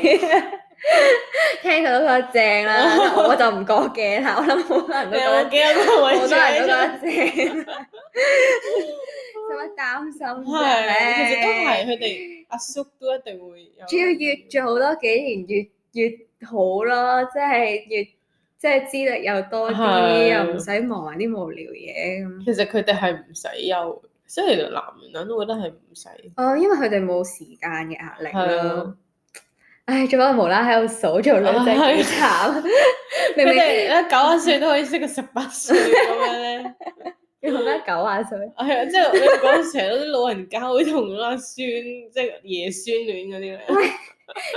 [SPEAKER 1] <laughs> 聽到個正
[SPEAKER 2] <laughs>
[SPEAKER 1] 啦，我就唔覺嘅啦。我諗好多人
[SPEAKER 2] 你
[SPEAKER 1] 都
[SPEAKER 2] 有
[SPEAKER 1] 覺得
[SPEAKER 2] 冇幾有個位
[SPEAKER 1] 好多啊人都覺得 <laughs>
[SPEAKER 2] 置？
[SPEAKER 1] 正，使乜擔心
[SPEAKER 2] 係，
[SPEAKER 1] 啫？
[SPEAKER 2] 其實都係佢哋阿叔都一定會有。
[SPEAKER 1] 主要越做多幾年越越好咯，即係越即係資歷又多啲，
[SPEAKER 2] 係
[SPEAKER 1] 又唔使忙埋啲無聊嘢咁。
[SPEAKER 2] 其實佢哋係唔使憂，即係男人啊都覺得係唔使。
[SPEAKER 1] 哦，因為佢哋冇時間嘅壓力
[SPEAKER 2] 係
[SPEAKER 1] 咯
[SPEAKER 2] 啊。
[SPEAKER 1] 唉，做乜無啦啦喺度數做女仔幾
[SPEAKER 2] <laughs>
[SPEAKER 1] 慘？明
[SPEAKER 2] 佢哋
[SPEAKER 1] 明
[SPEAKER 2] 咧九啊歲都可以識個十八歲咁樣咧， <laughs>
[SPEAKER 1] 你做咩九啊歲？
[SPEAKER 2] 係啊，即係你講成日都啲老人家會同阿孫即係爺孫戀嗰
[SPEAKER 1] <laughs>
[SPEAKER 2] 啲咧。
[SPEAKER 1] 哎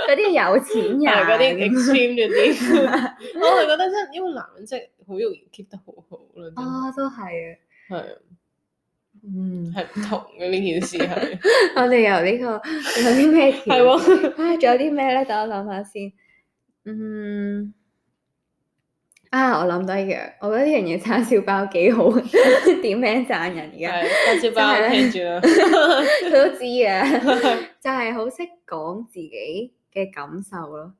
[SPEAKER 1] 嗰啲有錢人
[SPEAKER 2] 係啊嗰啲 extreme 嗰啲， <laughs> 我係覺得真，因為男人真係好容易 keep 得好好啦，
[SPEAKER 1] 啊，都係啊。
[SPEAKER 2] 真係係
[SPEAKER 1] 嗯，
[SPEAKER 2] 係唔同嘅呢件事係
[SPEAKER 1] <laughs> 我哋由呢、個有啲咩條？
[SPEAKER 2] 係喎，
[SPEAKER 1] 啊，仲有啲咩咧？等我諗下先。嗯，啊，我諗到一樣，我覺得呢樣嘢叉燒包幾好， <laughs> 點名讚人而家，
[SPEAKER 2] 係啊叉燒
[SPEAKER 1] 真係
[SPEAKER 2] 包
[SPEAKER 1] 咧
[SPEAKER 2] 聽住啦，
[SPEAKER 1] 佢都知嘅，就係好識講自己嘅感受咯。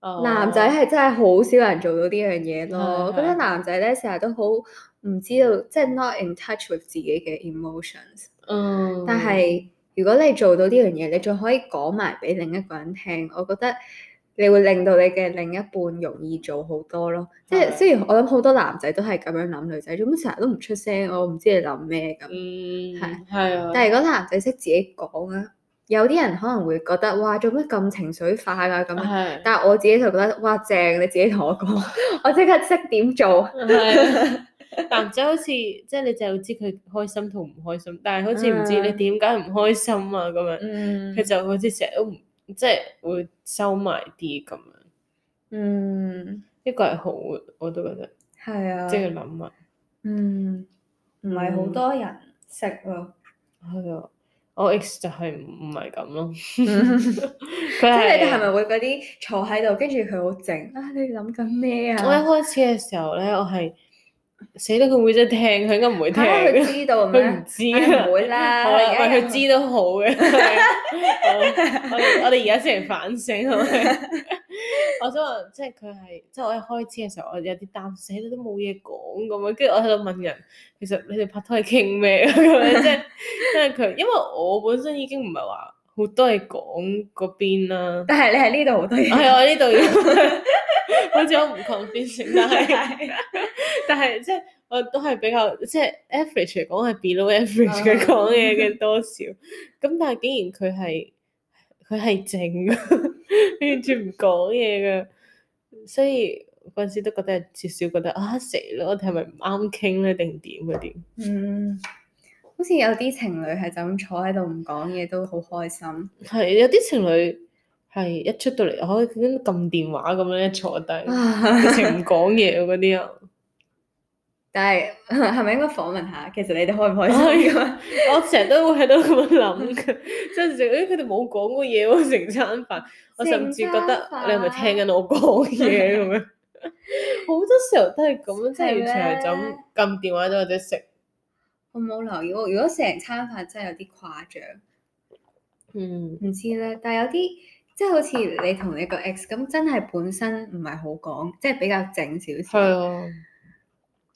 [SPEAKER 2] 哦
[SPEAKER 1] 男仔係真係好少人做到呢樣嘢咯，
[SPEAKER 2] 係
[SPEAKER 1] 我覺得
[SPEAKER 2] 係
[SPEAKER 1] 男仔咧成日都好唔知道，即係 not in touch with 自己嘅 emotions。
[SPEAKER 2] 嗯，
[SPEAKER 1] 但係如果你做到呢樣嘢，你仲可以講埋俾另一個人聽，我覺得你會令到你嘅另一半容易做好多咯。即係
[SPEAKER 2] 係
[SPEAKER 1] 雖然我諗好多男仔都係咁樣諗女仔，做乜成日都唔出聲，我唔知你諗咩咁。
[SPEAKER 2] 嗯
[SPEAKER 1] 係
[SPEAKER 2] 係啊，
[SPEAKER 1] 但係如果男仔識自己講啊，有啲人可能會覺得哇，做乜咁情緒化啊㗎咁樣。
[SPEAKER 2] 係
[SPEAKER 1] 但係我自己就覺得哇正，你自己同我講， <laughs> 我即刻識點做。<laughs>
[SPEAKER 2] 係啊男仔好似即係你就會知佢開心同唔開心，但係好似唔知你
[SPEAKER 1] 嗯
[SPEAKER 2] 點解唔開心啊咁樣，
[SPEAKER 1] 嗯
[SPEAKER 2] 佢就好似成日都唔即係會收埋啲咁樣，
[SPEAKER 1] 嗯，
[SPEAKER 2] 呢個係好嘅，我都覺得。
[SPEAKER 1] 係啊，
[SPEAKER 2] 即係諗啊，
[SPEAKER 1] 嗯，唔係好
[SPEAKER 2] 嗯
[SPEAKER 1] 多人識咯。
[SPEAKER 2] 係啊，我 ex 就係唔唔係咁咯，嗯
[SPEAKER 1] 即
[SPEAKER 2] 佢
[SPEAKER 1] 係你哋係
[SPEAKER 2] 係
[SPEAKER 1] 咪會嗰啲坐喺度，跟住佢好靜啊？你諗緊咩啊？
[SPEAKER 2] 我一開始嘅時候咧，我係死得佢會真係聽，佢應該唔會聽
[SPEAKER 1] 嚇
[SPEAKER 2] 嘅， <laughs>
[SPEAKER 1] 佢知道咩？
[SPEAKER 2] 佢唔
[SPEAKER 1] 唉
[SPEAKER 2] 知啊
[SPEAKER 1] 唔。會啦，哎
[SPEAKER 2] 好啦，
[SPEAKER 1] 而
[SPEAKER 2] 喂
[SPEAKER 1] 家
[SPEAKER 2] 佢知都好嘅，係啊好我哋我哋而家先嚟反省，係 <laughs> 咪我想話，即係佢係，即係我一開始嘅時候，我有啲擔心，死得都冇嘢講咁樣，跟住我喺度問人，其實你哋拍拖係傾咩啊咁 <laughs> 樣，即係即係佢，因為我本身已經唔係話好多嘢講嗰邊啦， <laughs>
[SPEAKER 1] 但係你喺呢度好多嘢。
[SPEAKER 2] 係我呢度要，好似好唔 convincing，但係。但係即係我都係比較即係 average 嚟講係 below average 嘅講嘢嘅多少，咁但係竟然佢係佢係靜嘅，完全唔講嘢嘅，所以嗰陣時都覺得至少覺得啊死咯，我哋係咪唔啱傾咧定點嗰啲？
[SPEAKER 1] <laughs> 嗯，好似有啲情侶係就咁坐喺度唔講嘢都好開
[SPEAKER 2] <laughs>
[SPEAKER 1] 心。
[SPEAKER 2] 係有啲情侶係一出到嚟，可以咁撳電話咁樣一坐低，
[SPEAKER 1] 啊
[SPEAKER 2] 直情唔講嘢嗰啲啊！
[SPEAKER 1] 但係 <laughs> 係咪應該訪問下？其實你哋開唔開
[SPEAKER 2] 哦
[SPEAKER 1] 心㗎？
[SPEAKER 2] 我成日都會喺度咁樣諗嘅， <laughs> 即係成誒佢哋冇講過嘢喎，成餐飯，我甚至覺得
[SPEAKER 1] 成餐飯
[SPEAKER 2] 你係咪聽緊我講嘢咁樣？
[SPEAKER 1] <laughs>
[SPEAKER 2] 好多時候都係咁，啊即係完全係就咁撳電話咗或者食，
[SPEAKER 1] <laughs> 我冇留意喎。如果成餐飯真係有啲誇張。
[SPEAKER 2] 嗯，
[SPEAKER 1] 唔知咧，但係有啲即係好似你同你個 ex 咁，真係本身唔係好講，即係比較靜少
[SPEAKER 2] 係
[SPEAKER 1] 少。
[SPEAKER 2] 啊，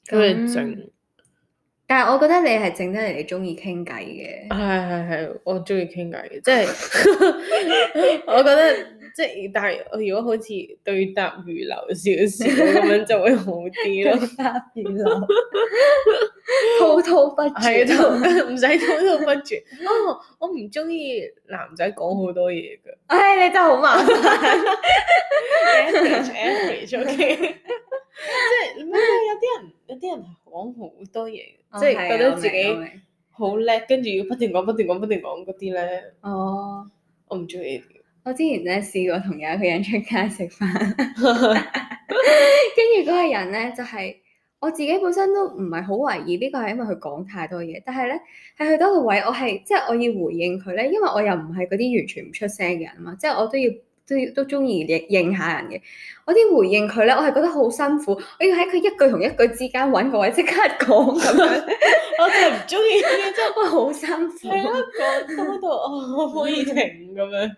[SPEAKER 2] 佢哋
[SPEAKER 1] 咁
[SPEAKER 2] 整，
[SPEAKER 1] 但係我覺得你係靜得嚟，你中意傾偈嘅。
[SPEAKER 2] <laughs> 係係係，我中意傾偈嘅，即係 <laughs> 我覺得即係，但係如果好似對答如流少少咁樣就會好啲咯。
[SPEAKER 1] 花變流，滔滔不
[SPEAKER 2] <laughs> 係
[SPEAKER 1] 絕。
[SPEAKER 2] 啊，唔使滔滔不絕。 <laughs> 哦，我唔中意男仔講好多嘢㗎。
[SPEAKER 1] 唉，你真係好麻煩。
[SPEAKER 2] <laughs> average OK，即係咩？有啲人有啲人係講好多嘢， <laughs> 即係覺得自
[SPEAKER 1] 哦係啊我明
[SPEAKER 2] 己
[SPEAKER 1] 我明
[SPEAKER 2] 好叻，跟住要不斷講、不斷講、不斷講嗰啲咧，
[SPEAKER 1] 哦。
[SPEAKER 2] 我唔中意。
[SPEAKER 1] 我之前咧試過同有一個人出街食飯， <laughs> 跟住嗰個人咧就係、我自己本身都唔係好懷疑呢個係因為佢講太多嘢，但係咧係去到一個位，我係即係我要回應佢咧，因為我又唔係嗰啲完全唔出聲嘅人啊嘛，即係我都要。都要都中意應應下人嘅，我啲回應佢咧，我係覺得好辛苦，我要喺佢一句同一句之間揾個位即刻講咁樣，
[SPEAKER 2] 我就係唔中意呢啲，
[SPEAKER 1] 我好辛苦。
[SPEAKER 2] <laughs> 係咯，講多到哦，可唔可以停咁樣？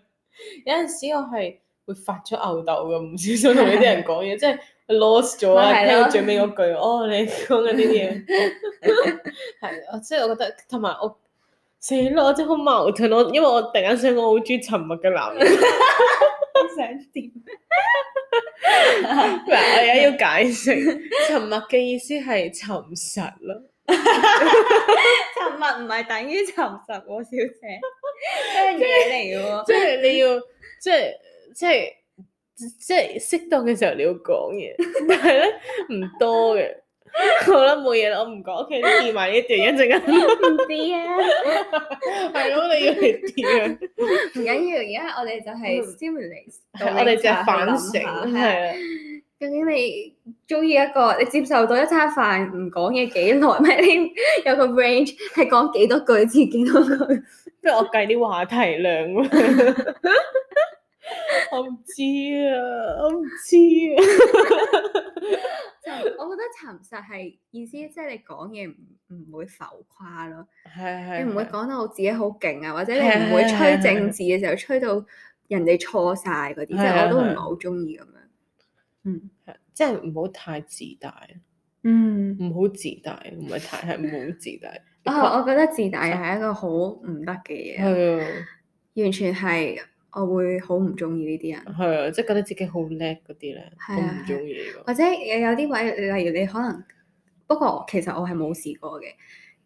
[SPEAKER 2] 有陣時我係會發出吽豆嘅，唔小心同呢啲人講嘢，即係 lost 咗啊！
[SPEAKER 1] 咪係
[SPEAKER 2] 聽
[SPEAKER 1] 咯
[SPEAKER 2] 到最尾嗰句，哦，你講緊
[SPEAKER 1] <laughs>
[SPEAKER 2] 呢啲嘢，係啊，即係我覺得同埋我死啦，我真係好矛盾，我因為我突然間想講我好中意沉默嘅男人，
[SPEAKER 1] <laughs> 想點？
[SPEAKER 2] 嗱，我而哎家要解釋沉默嘅意思係沉實咯。
[SPEAKER 1] 沉默唔係等於沉實喎，小姐，呢樣嘢嚟嘅喎。
[SPEAKER 2] 即 <laughs> 係你要，即係即係即係適當嘅時候你要講嘢， <laughs> 但係咧唔多嘅。 <laughs> 好啦，冇嘢啦，我唔講。OK，你見埋呢段一陣間，
[SPEAKER 1] 唔知啊，
[SPEAKER 2] 係咯，你要嚟點啊？
[SPEAKER 1] 唔緊要，而家我哋就係 stimulate
[SPEAKER 2] 嗯係
[SPEAKER 1] 到你
[SPEAKER 2] <laughs> 我哋就係
[SPEAKER 1] 下去
[SPEAKER 2] 反
[SPEAKER 1] 諗
[SPEAKER 2] 省，
[SPEAKER 1] 下係啊
[SPEAKER 2] 係啊，
[SPEAKER 1] 究竟你中意一個你接受到一餐飯唔講嘢幾耐咩？你 <laughs> 有個 range 係講幾多句至幾多句？
[SPEAKER 2] 不如我計啲話題量 <laughs> 啊。我唔知啊，我唔知啊。
[SPEAKER 1] 沉我覺得沉實係意思，即係你講嘢唔唔會浮誇咯，
[SPEAKER 2] 係係，
[SPEAKER 1] 你唔會講到自己好勁啊，或者你
[SPEAKER 2] 係
[SPEAKER 1] 唔會吹
[SPEAKER 2] 係係
[SPEAKER 1] 政治嘅時候吹到人哋錯晒嗰啲，即係
[SPEAKER 2] 係
[SPEAKER 1] 我都唔
[SPEAKER 2] 係
[SPEAKER 1] 係好中意咁樣。嗯
[SPEAKER 2] 係，即係唔好太自大，
[SPEAKER 1] 嗯，
[SPEAKER 2] 唔好自大，唔係太係唔好自大。
[SPEAKER 1] 啊，我覺得自大係一個好唔得嘅嘢，
[SPEAKER 2] 係啊。
[SPEAKER 1] 完全係我會好唔中意呢啲人。
[SPEAKER 2] 係啊，即係覺得自己好叻嗰啲咧，
[SPEAKER 1] 係
[SPEAKER 2] 我
[SPEAKER 1] 啊
[SPEAKER 2] 唔中意呢個。
[SPEAKER 1] 或者有啲位，例如你可能，不過其實我係冇試過嘅，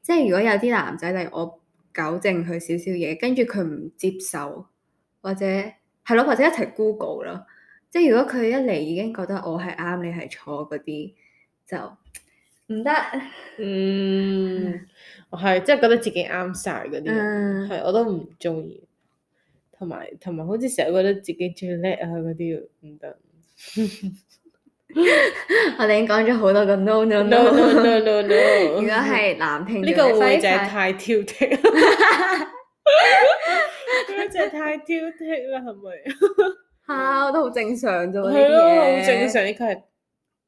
[SPEAKER 1] 即係如果有啲男仔，例如我糾正佢少少嘢，跟住佢唔接受，或者係咯，或者一齊 Google 咯，即係如果佢一嚟已經覺得我係啱，你係錯嗰啲，就唔得，
[SPEAKER 2] 嗯，我係即係覺得自己啱晒嗰啲人，
[SPEAKER 1] 嗯，
[SPEAKER 2] 係我都唔中意。同埋同埋，好似成日覺得自己最叻啊嗰啲唔得。
[SPEAKER 1] 我哋已經講咗好多個 no no
[SPEAKER 2] No
[SPEAKER 1] no，
[SPEAKER 2] no no no
[SPEAKER 1] 如
[SPEAKER 2] no！
[SPEAKER 1] 果係男聽
[SPEAKER 2] 哦呢
[SPEAKER 1] 眾
[SPEAKER 2] 個
[SPEAKER 1] 你
[SPEAKER 2] 會
[SPEAKER 1] 揮
[SPEAKER 2] 就
[SPEAKER 1] 晒
[SPEAKER 2] 係太
[SPEAKER 1] <laughs>
[SPEAKER 2] 挑剔，呢個就係太挑剔啦，係咪？
[SPEAKER 1] 嚇，啊我都好正常啫喎，呢
[SPEAKER 2] 係
[SPEAKER 1] 啲
[SPEAKER 2] 咯，好
[SPEAKER 1] 嘢
[SPEAKER 2] 正。常，呢個係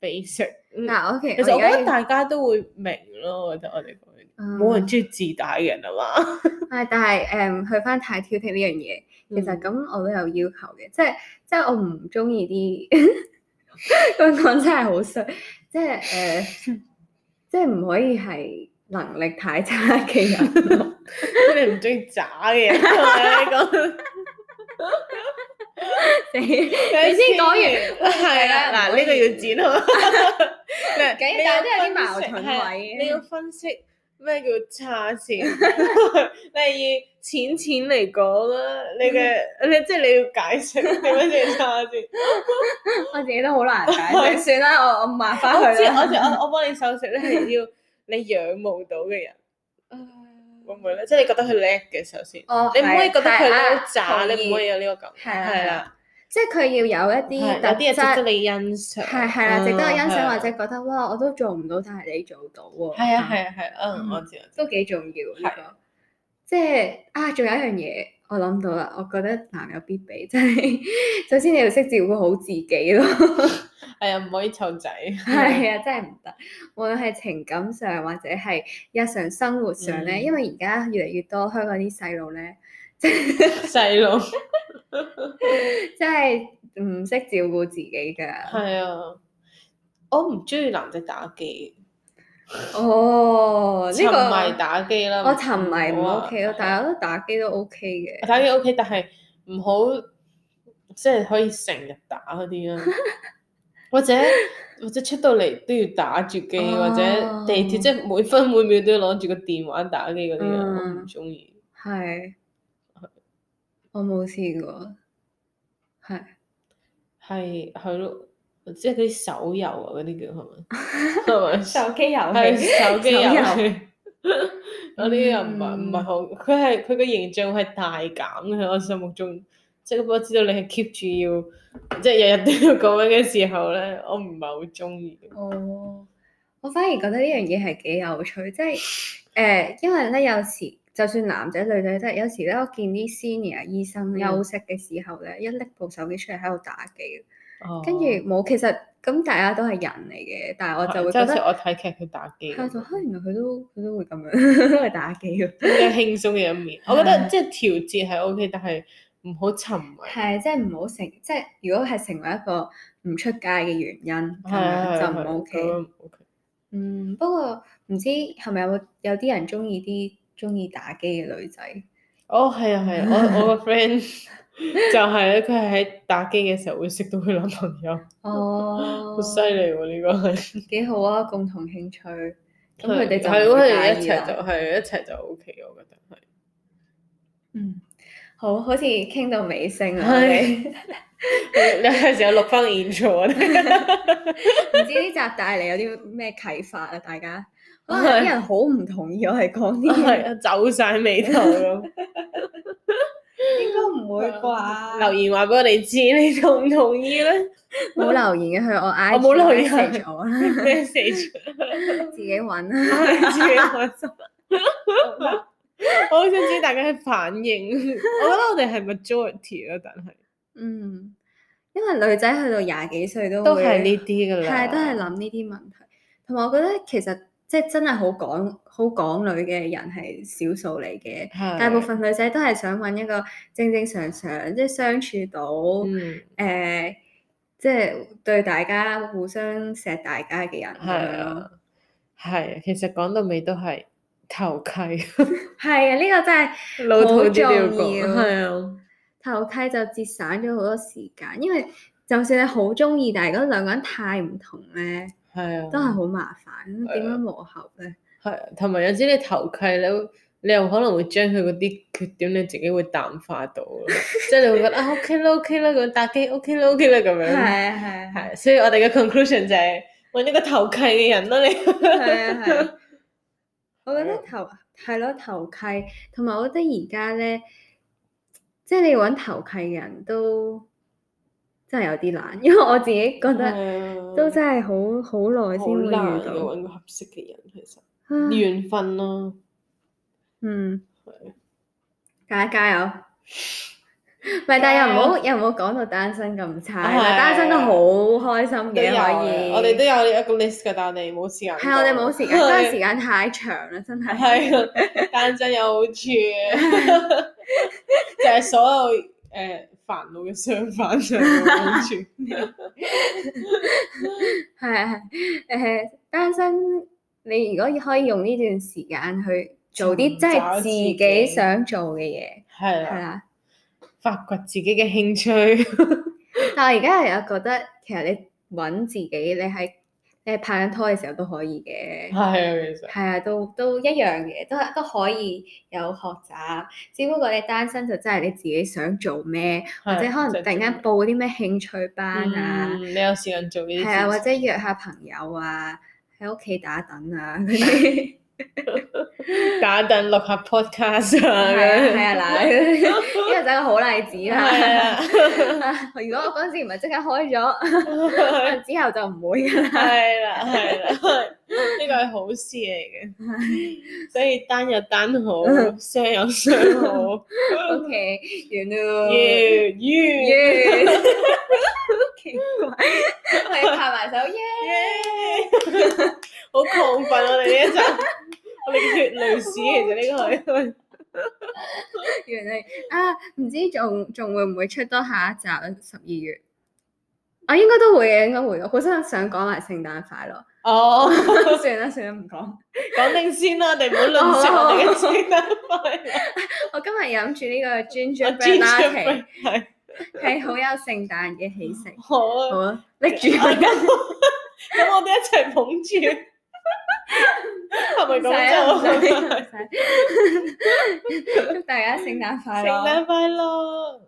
[SPEAKER 2] basic。嗯
[SPEAKER 1] 嗱，OK，
[SPEAKER 2] 其實
[SPEAKER 1] 而
[SPEAKER 2] 我
[SPEAKER 1] 家
[SPEAKER 2] 覺得
[SPEAKER 1] 要
[SPEAKER 2] 大家都會明咯，我覺得我哋講嘢
[SPEAKER 1] 嗯
[SPEAKER 2] 冇人中意自大嘅人啊嘛。 <laughs>
[SPEAKER 1] 係，但係誒、去翻太挑剔呢樣嘢，
[SPEAKER 2] 嗯
[SPEAKER 1] 其實咁我都有要求嘅，即係即係我唔中意啲 <laughs> 咁樣講真係好衰，即係誒、即係唔可以係能力太差嘅人
[SPEAKER 2] <laughs>
[SPEAKER 1] 咯。
[SPEAKER 2] 你唔中意渣嘅，人，同埋你講，
[SPEAKER 1] 你你先講完，
[SPEAKER 2] 係
[SPEAKER 1] 啦
[SPEAKER 2] 啊，
[SPEAKER 1] 唔
[SPEAKER 2] 嗱
[SPEAKER 1] 可以
[SPEAKER 2] 呢個要剪好。 <laughs> 嗱
[SPEAKER 1] 緊
[SPEAKER 2] 你
[SPEAKER 1] 但係
[SPEAKER 2] 要
[SPEAKER 1] 都有啲
[SPEAKER 2] 分
[SPEAKER 1] 矛
[SPEAKER 2] 析
[SPEAKER 1] 盾
[SPEAKER 2] 係啊
[SPEAKER 1] 位嘅
[SPEAKER 2] 你要分析咩叫差
[SPEAKER 1] <laughs>
[SPEAKER 2] 錢， <laughs> 你係以錢錢嚟講啦，你嘅
[SPEAKER 1] 嗯
[SPEAKER 2] 你即係你要解釋點樣先差
[SPEAKER 1] <laughs>
[SPEAKER 2] 錢。
[SPEAKER 1] 我自己都好難解釋，算啦，我我抹翻
[SPEAKER 2] 我知
[SPEAKER 1] 佢啦。
[SPEAKER 2] 我知我我幫你搜食咧，係
[SPEAKER 1] <laughs>
[SPEAKER 2] 要你仰慕到嘅人，會唔會咧？即係你覺得佢叻嘅首先，
[SPEAKER 1] 哦
[SPEAKER 2] 你唔可以覺得
[SPEAKER 1] 係
[SPEAKER 2] 佢好
[SPEAKER 1] 啊
[SPEAKER 2] 渣，
[SPEAKER 1] 同意
[SPEAKER 2] 你唔可以有呢個感覺，
[SPEAKER 1] 係啊
[SPEAKER 2] 係
[SPEAKER 1] 係
[SPEAKER 2] 啦
[SPEAKER 1] 啊。即係佢要有一
[SPEAKER 2] 係
[SPEAKER 1] 啲
[SPEAKER 2] 有啲嘢
[SPEAKER 1] 特
[SPEAKER 2] 值
[SPEAKER 1] 質
[SPEAKER 2] 得你欣賞，
[SPEAKER 1] 係係啦，值得我欣
[SPEAKER 2] 嗯係
[SPEAKER 1] 賞
[SPEAKER 2] 啊
[SPEAKER 1] 或者覺得哇，我都做唔到，但係你做到喎。
[SPEAKER 2] 係啊係啊係啊，嗯，
[SPEAKER 1] 嗯
[SPEAKER 2] 我知我知，
[SPEAKER 1] 都幾重要呢
[SPEAKER 2] 係
[SPEAKER 1] 個。即係啊，仲有一樣嘢我諗到啦，我覺得男友必備， <laughs> 即係首先你要識照顧好自己咯。
[SPEAKER 2] 係啊，唔可以湊仔，
[SPEAKER 1] 係啊，真係唔得。無論係情感上或者係日常生活上咧，
[SPEAKER 2] 嗯
[SPEAKER 1] 因為而家越嚟越多香港啲細路咧，
[SPEAKER 2] <laughs>
[SPEAKER 1] <laughs>
[SPEAKER 2] 細路，
[SPEAKER 1] 真係唔識照顧自己㗎。
[SPEAKER 2] 係啊，我唔中意男仔打機，
[SPEAKER 1] 哦，呢
[SPEAKER 2] 沉迷
[SPEAKER 1] 個
[SPEAKER 2] 打機啦，
[SPEAKER 1] 我沉迷唔
[SPEAKER 2] 好啊
[SPEAKER 1] OK 咯，但係我覺得打機都 OK 嘅。
[SPEAKER 2] 打機 OK，但係唔好即係可以成日打嗰
[SPEAKER 1] <laughs>
[SPEAKER 2] 啲啦，或者或者出到嚟都要打住機，或者地鐵
[SPEAKER 1] 哦
[SPEAKER 2] 即係每分每秒都要攞住個電話打機嗰啲啊，我唔
[SPEAKER 1] 嗯
[SPEAKER 2] 中意。
[SPEAKER 1] 係，我冇試過。係。
[SPEAKER 2] 係係咯，即係嗰啲手遊啊，嗰啲叫
[SPEAKER 1] <laughs>
[SPEAKER 2] 係咪？係咪？
[SPEAKER 1] 手機遊
[SPEAKER 2] 係
[SPEAKER 1] 戲，
[SPEAKER 2] 手機遊
[SPEAKER 1] 手嗯
[SPEAKER 2] 戲。 <laughs> 我呢啲又唔係唔係好，佢係佢個形象係大減嘅喺我心目中，即係我知道你係 keep 住要，即係日日都要咁樣嘅時候咧，我唔係好中意。
[SPEAKER 1] 哦，我反而覺得呢樣嘢係幾有趣，即係誒、因為咧有時就算男仔女仔都係，有時咧我見啲 senior 醫生
[SPEAKER 2] 嗯
[SPEAKER 1] 休息嘅時候咧，一拎部手機出嚟喺度打機，
[SPEAKER 2] 哦
[SPEAKER 1] <laughs> 跟住冇，其實咁大家都係人嚟嘅，但係我就會
[SPEAKER 2] 即係
[SPEAKER 1] 覺
[SPEAKER 2] 好似
[SPEAKER 1] 得
[SPEAKER 2] 我睇劇佢打機咁
[SPEAKER 1] 係就
[SPEAKER 2] 樣，
[SPEAKER 1] 嚇，原來佢都佢都會咁樣 <laughs> 都係打機嘅， <laughs>
[SPEAKER 2] 比較輕鬆嘅一面。我覺得
[SPEAKER 1] 係
[SPEAKER 2] 即係調節係 OK，但係唔好沉迷。
[SPEAKER 1] 係，即係唔好成，即係如果係成為一個唔出街嘅原因，咁樣就唔啊 OK。
[SPEAKER 2] 唔 OK。
[SPEAKER 1] 嗯，不過唔知係咪有有啲人中意啲中意打機嘅女仔？
[SPEAKER 2] 哦，係啊，係啊，
[SPEAKER 1] <laughs>
[SPEAKER 2] 我我個 friend <laughs> 就係咧，佢係喺打機嘅時候會識到佢男朋
[SPEAKER 1] <laughs>
[SPEAKER 2] 友，
[SPEAKER 1] 哦，
[SPEAKER 2] 好犀利喎！呢個係。
[SPEAKER 1] 幾好啊，共同興趣。咁佢哋就
[SPEAKER 2] 係
[SPEAKER 1] 唔
[SPEAKER 2] 如果
[SPEAKER 1] 會
[SPEAKER 2] 佢哋
[SPEAKER 1] 介
[SPEAKER 2] 一
[SPEAKER 1] 意啊
[SPEAKER 2] 齊就
[SPEAKER 1] 啦
[SPEAKER 2] 係一齊就 OK，我覺得係。
[SPEAKER 1] 嗯，好，好似傾到尾聲啦，
[SPEAKER 2] 係
[SPEAKER 1] 我哋
[SPEAKER 2] 你你係時候錄
[SPEAKER 1] <laughs>
[SPEAKER 2] 翻 intro 啊！
[SPEAKER 1] 唔知呢集帶嚟有啲咩啟發啊？大家可能有啲人好唔同意我係講啲嘢，
[SPEAKER 2] 係啊，走晒眉頭咯。
[SPEAKER 1] <laughs> 應該唔會啩？
[SPEAKER 2] 留言話俾我哋知，你同唔同意
[SPEAKER 1] <laughs>
[SPEAKER 2] 咧
[SPEAKER 1] 冇留言嘅去我 I
[SPEAKER 2] 我冇留言
[SPEAKER 1] 我啦， <laughs>
[SPEAKER 2] ？message
[SPEAKER 1] 自
[SPEAKER 2] 嗯
[SPEAKER 1] 己啊揾啦。
[SPEAKER 2] 自己開心。我好想知大家嘅反應。我覺得我哋係 majority 咯，但係
[SPEAKER 1] <laughs> 嗯，因為女仔去到廿幾歲都
[SPEAKER 2] 都
[SPEAKER 1] 會
[SPEAKER 2] 係呢啲㗎啦。
[SPEAKER 1] 係都係諗呢啲問題，同埋我覺得其實即係真係好港好港女嘅人係少數嚟嘅，
[SPEAKER 2] 係
[SPEAKER 1] 大部分女仔都係想揾一個正正常常，即係相處到誒、
[SPEAKER 2] 嗯
[SPEAKER 1] 即係對大家互相錫大家嘅人咁
[SPEAKER 2] 係
[SPEAKER 1] 樣咯。
[SPEAKER 2] 啊，係啊。其實講到尾都係投
[SPEAKER 1] <laughs>
[SPEAKER 2] 契，
[SPEAKER 1] 係啊，呢、個真係
[SPEAKER 2] 老土啲都要
[SPEAKER 1] 好重
[SPEAKER 2] 講。
[SPEAKER 1] 要
[SPEAKER 2] 係啊。
[SPEAKER 1] 頭契就節省咗好多時間，因為就算你好中意，但係如果兩個人太唔同咧，
[SPEAKER 2] 係啊，
[SPEAKER 1] 都係好麻煩。
[SPEAKER 2] 啊
[SPEAKER 1] 點樣磨合咧？
[SPEAKER 2] 係啊，同埋有時你投契你會你又可能會將佢嗰啲缺點你自己會淡化到
[SPEAKER 1] <laughs>
[SPEAKER 2] 咯，即係你會覺得啊 OK 啦 OK 啦咁打機 OK 啦 OK 啦咁
[SPEAKER 1] 係
[SPEAKER 2] 樣，
[SPEAKER 1] 啊係啊係啊
[SPEAKER 2] 係，所以我哋嘅 conclusion 就係揾一個投契嘅人啦，你
[SPEAKER 1] 係啊係啊！我覺得
[SPEAKER 2] 啊
[SPEAKER 1] 頭係咯頭契，同埋我覺得而家咧，即係你揾頭契嘅人都真係有啲難， <laughs> 因為我自己覺得都真係好好耐先會遇
[SPEAKER 2] 啊難嘅
[SPEAKER 1] 到。
[SPEAKER 2] 揾個合適嘅人，其實
[SPEAKER 1] 啊
[SPEAKER 2] 緣分咯，
[SPEAKER 1] 嗯
[SPEAKER 2] 係，啊
[SPEAKER 1] 大家加油！唔係，但又唔好又唔好講到單身咁差，
[SPEAKER 2] 係啊
[SPEAKER 1] 單身都好開心
[SPEAKER 2] 都
[SPEAKER 1] 嘅可
[SPEAKER 2] 有嘅
[SPEAKER 1] 以。
[SPEAKER 2] 我哋都有一個 list 㗎，但係我哋冇時間講。
[SPEAKER 1] 係我哋冇時間，真係時間太長啦，真係。
[SPEAKER 2] 係啊，單身有好處，
[SPEAKER 1] <laughs>
[SPEAKER 2] 就係所有誒、呃、煩惱嘅相反上有好處。
[SPEAKER 1] 係係誒，單身你如果可以用呢段時間去做啲
[SPEAKER 2] 尋
[SPEAKER 1] 即係
[SPEAKER 2] 找
[SPEAKER 1] 自
[SPEAKER 2] 自己
[SPEAKER 1] 己想做嘅嘢，
[SPEAKER 2] 係啊
[SPEAKER 1] 係啊
[SPEAKER 2] 啦，
[SPEAKER 1] 啦。
[SPEAKER 2] 發掘自己嘅興
[SPEAKER 1] <laughs>
[SPEAKER 2] 趣。
[SPEAKER 1] 但我而家又有覺得，其實你揾自己，你喺你係拍緊拖嘅時候都可以嘅。
[SPEAKER 2] 係啊，其實
[SPEAKER 1] 係啊，都都一樣嘅，都都可以有學習。只不過你單身就真係你自己想做咩，或者可能突然間報啲咩興趣班啊，
[SPEAKER 2] 啊嗯，你有時間做呢啲
[SPEAKER 1] 係
[SPEAKER 2] 事
[SPEAKER 1] 啊，
[SPEAKER 2] 情
[SPEAKER 1] 或者約下朋友啊，喺屋企打躉啊嗰啲，
[SPEAKER 2] 打躉錄下 podcast
[SPEAKER 1] 係
[SPEAKER 2] <laughs> 啊，
[SPEAKER 1] 啊
[SPEAKER 2] 咁樣
[SPEAKER 1] 係啊嗱， <laughs> 呢個就係一個好例子
[SPEAKER 2] 係
[SPEAKER 1] 啦。
[SPEAKER 2] 啊，
[SPEAKER 1] <laughs> 如果我嗰陣時唔係即刻開咗，可能 <laughs> 之後就唔會㗎啦。 <laughs>
[SPEAKER 2] <laughs> 係啦，係啦，呢個係好事嚟嘅，所以單有單好，
[SPEAKER 1] 嗯
[SPEAKER 2] 雙有雙
[SPEAKER 1] <laughs>
[SPEAKER 2] 好，
[SPEAKER 1] OK，完啦。
[SPEAKER 2] 耶耶
[SPEAKER 1] 耶！ <laughs> 奇怪， <laughs> 我哋拍埋手耶！
[SPEAKER 2] 耶！好亢奮我哋呢一集，我哋嘅血淚史其實呢個係
[SPEAKER 1] 原嚟啊，唔知仲仲會唔會出多下一集啊？十二月啊，應該都會嘅，應該會嘅。本身想講埋聖誕快樂，
[SPEAKER 2] 哦，
[SPEAKER 1] <laughs> 算啦算啦，唔講。
[SPEAKER 2] 講定先啦，我哋唔好論述我哋嘅啊聖
[SPEAKER 1] <laughs>
[SPEAKER 2] 誕快樂，
[SPEAKER 1] 我今日飲住
[SPEAKER 2] 啊
[SPEAKER 1] 呢個 ginger
[SPEAKER 2] 我
[SPEAKER 1] bread
[SPEAKER 2] 專
[SPEAKER 1] latte，
[SPEAKER 2] 長係
[SPEAKER 1] 係好有聖誕嘅氣息。
[SPEAKER 2] 好啊
[SPEAKER 1] 好，啊，拎住
[SPEAKER 2] <laughs>
[SPEAKER 1] 佢
[SPEAKER 2] 咁咁我哋一齊捧住，係咪
[SPEAKER 1] 唔使
[SPEAKER 2] 咁
[SPEAKER 1] 啊
[SPEAKER 2] 做？
[SPEAKER 1] 唔使祝大家聖誕快
[SPEAKER 2] <laughs> 聖
[SPEAKER 1] 樂！
[SPEAKER 2] 誕快樂！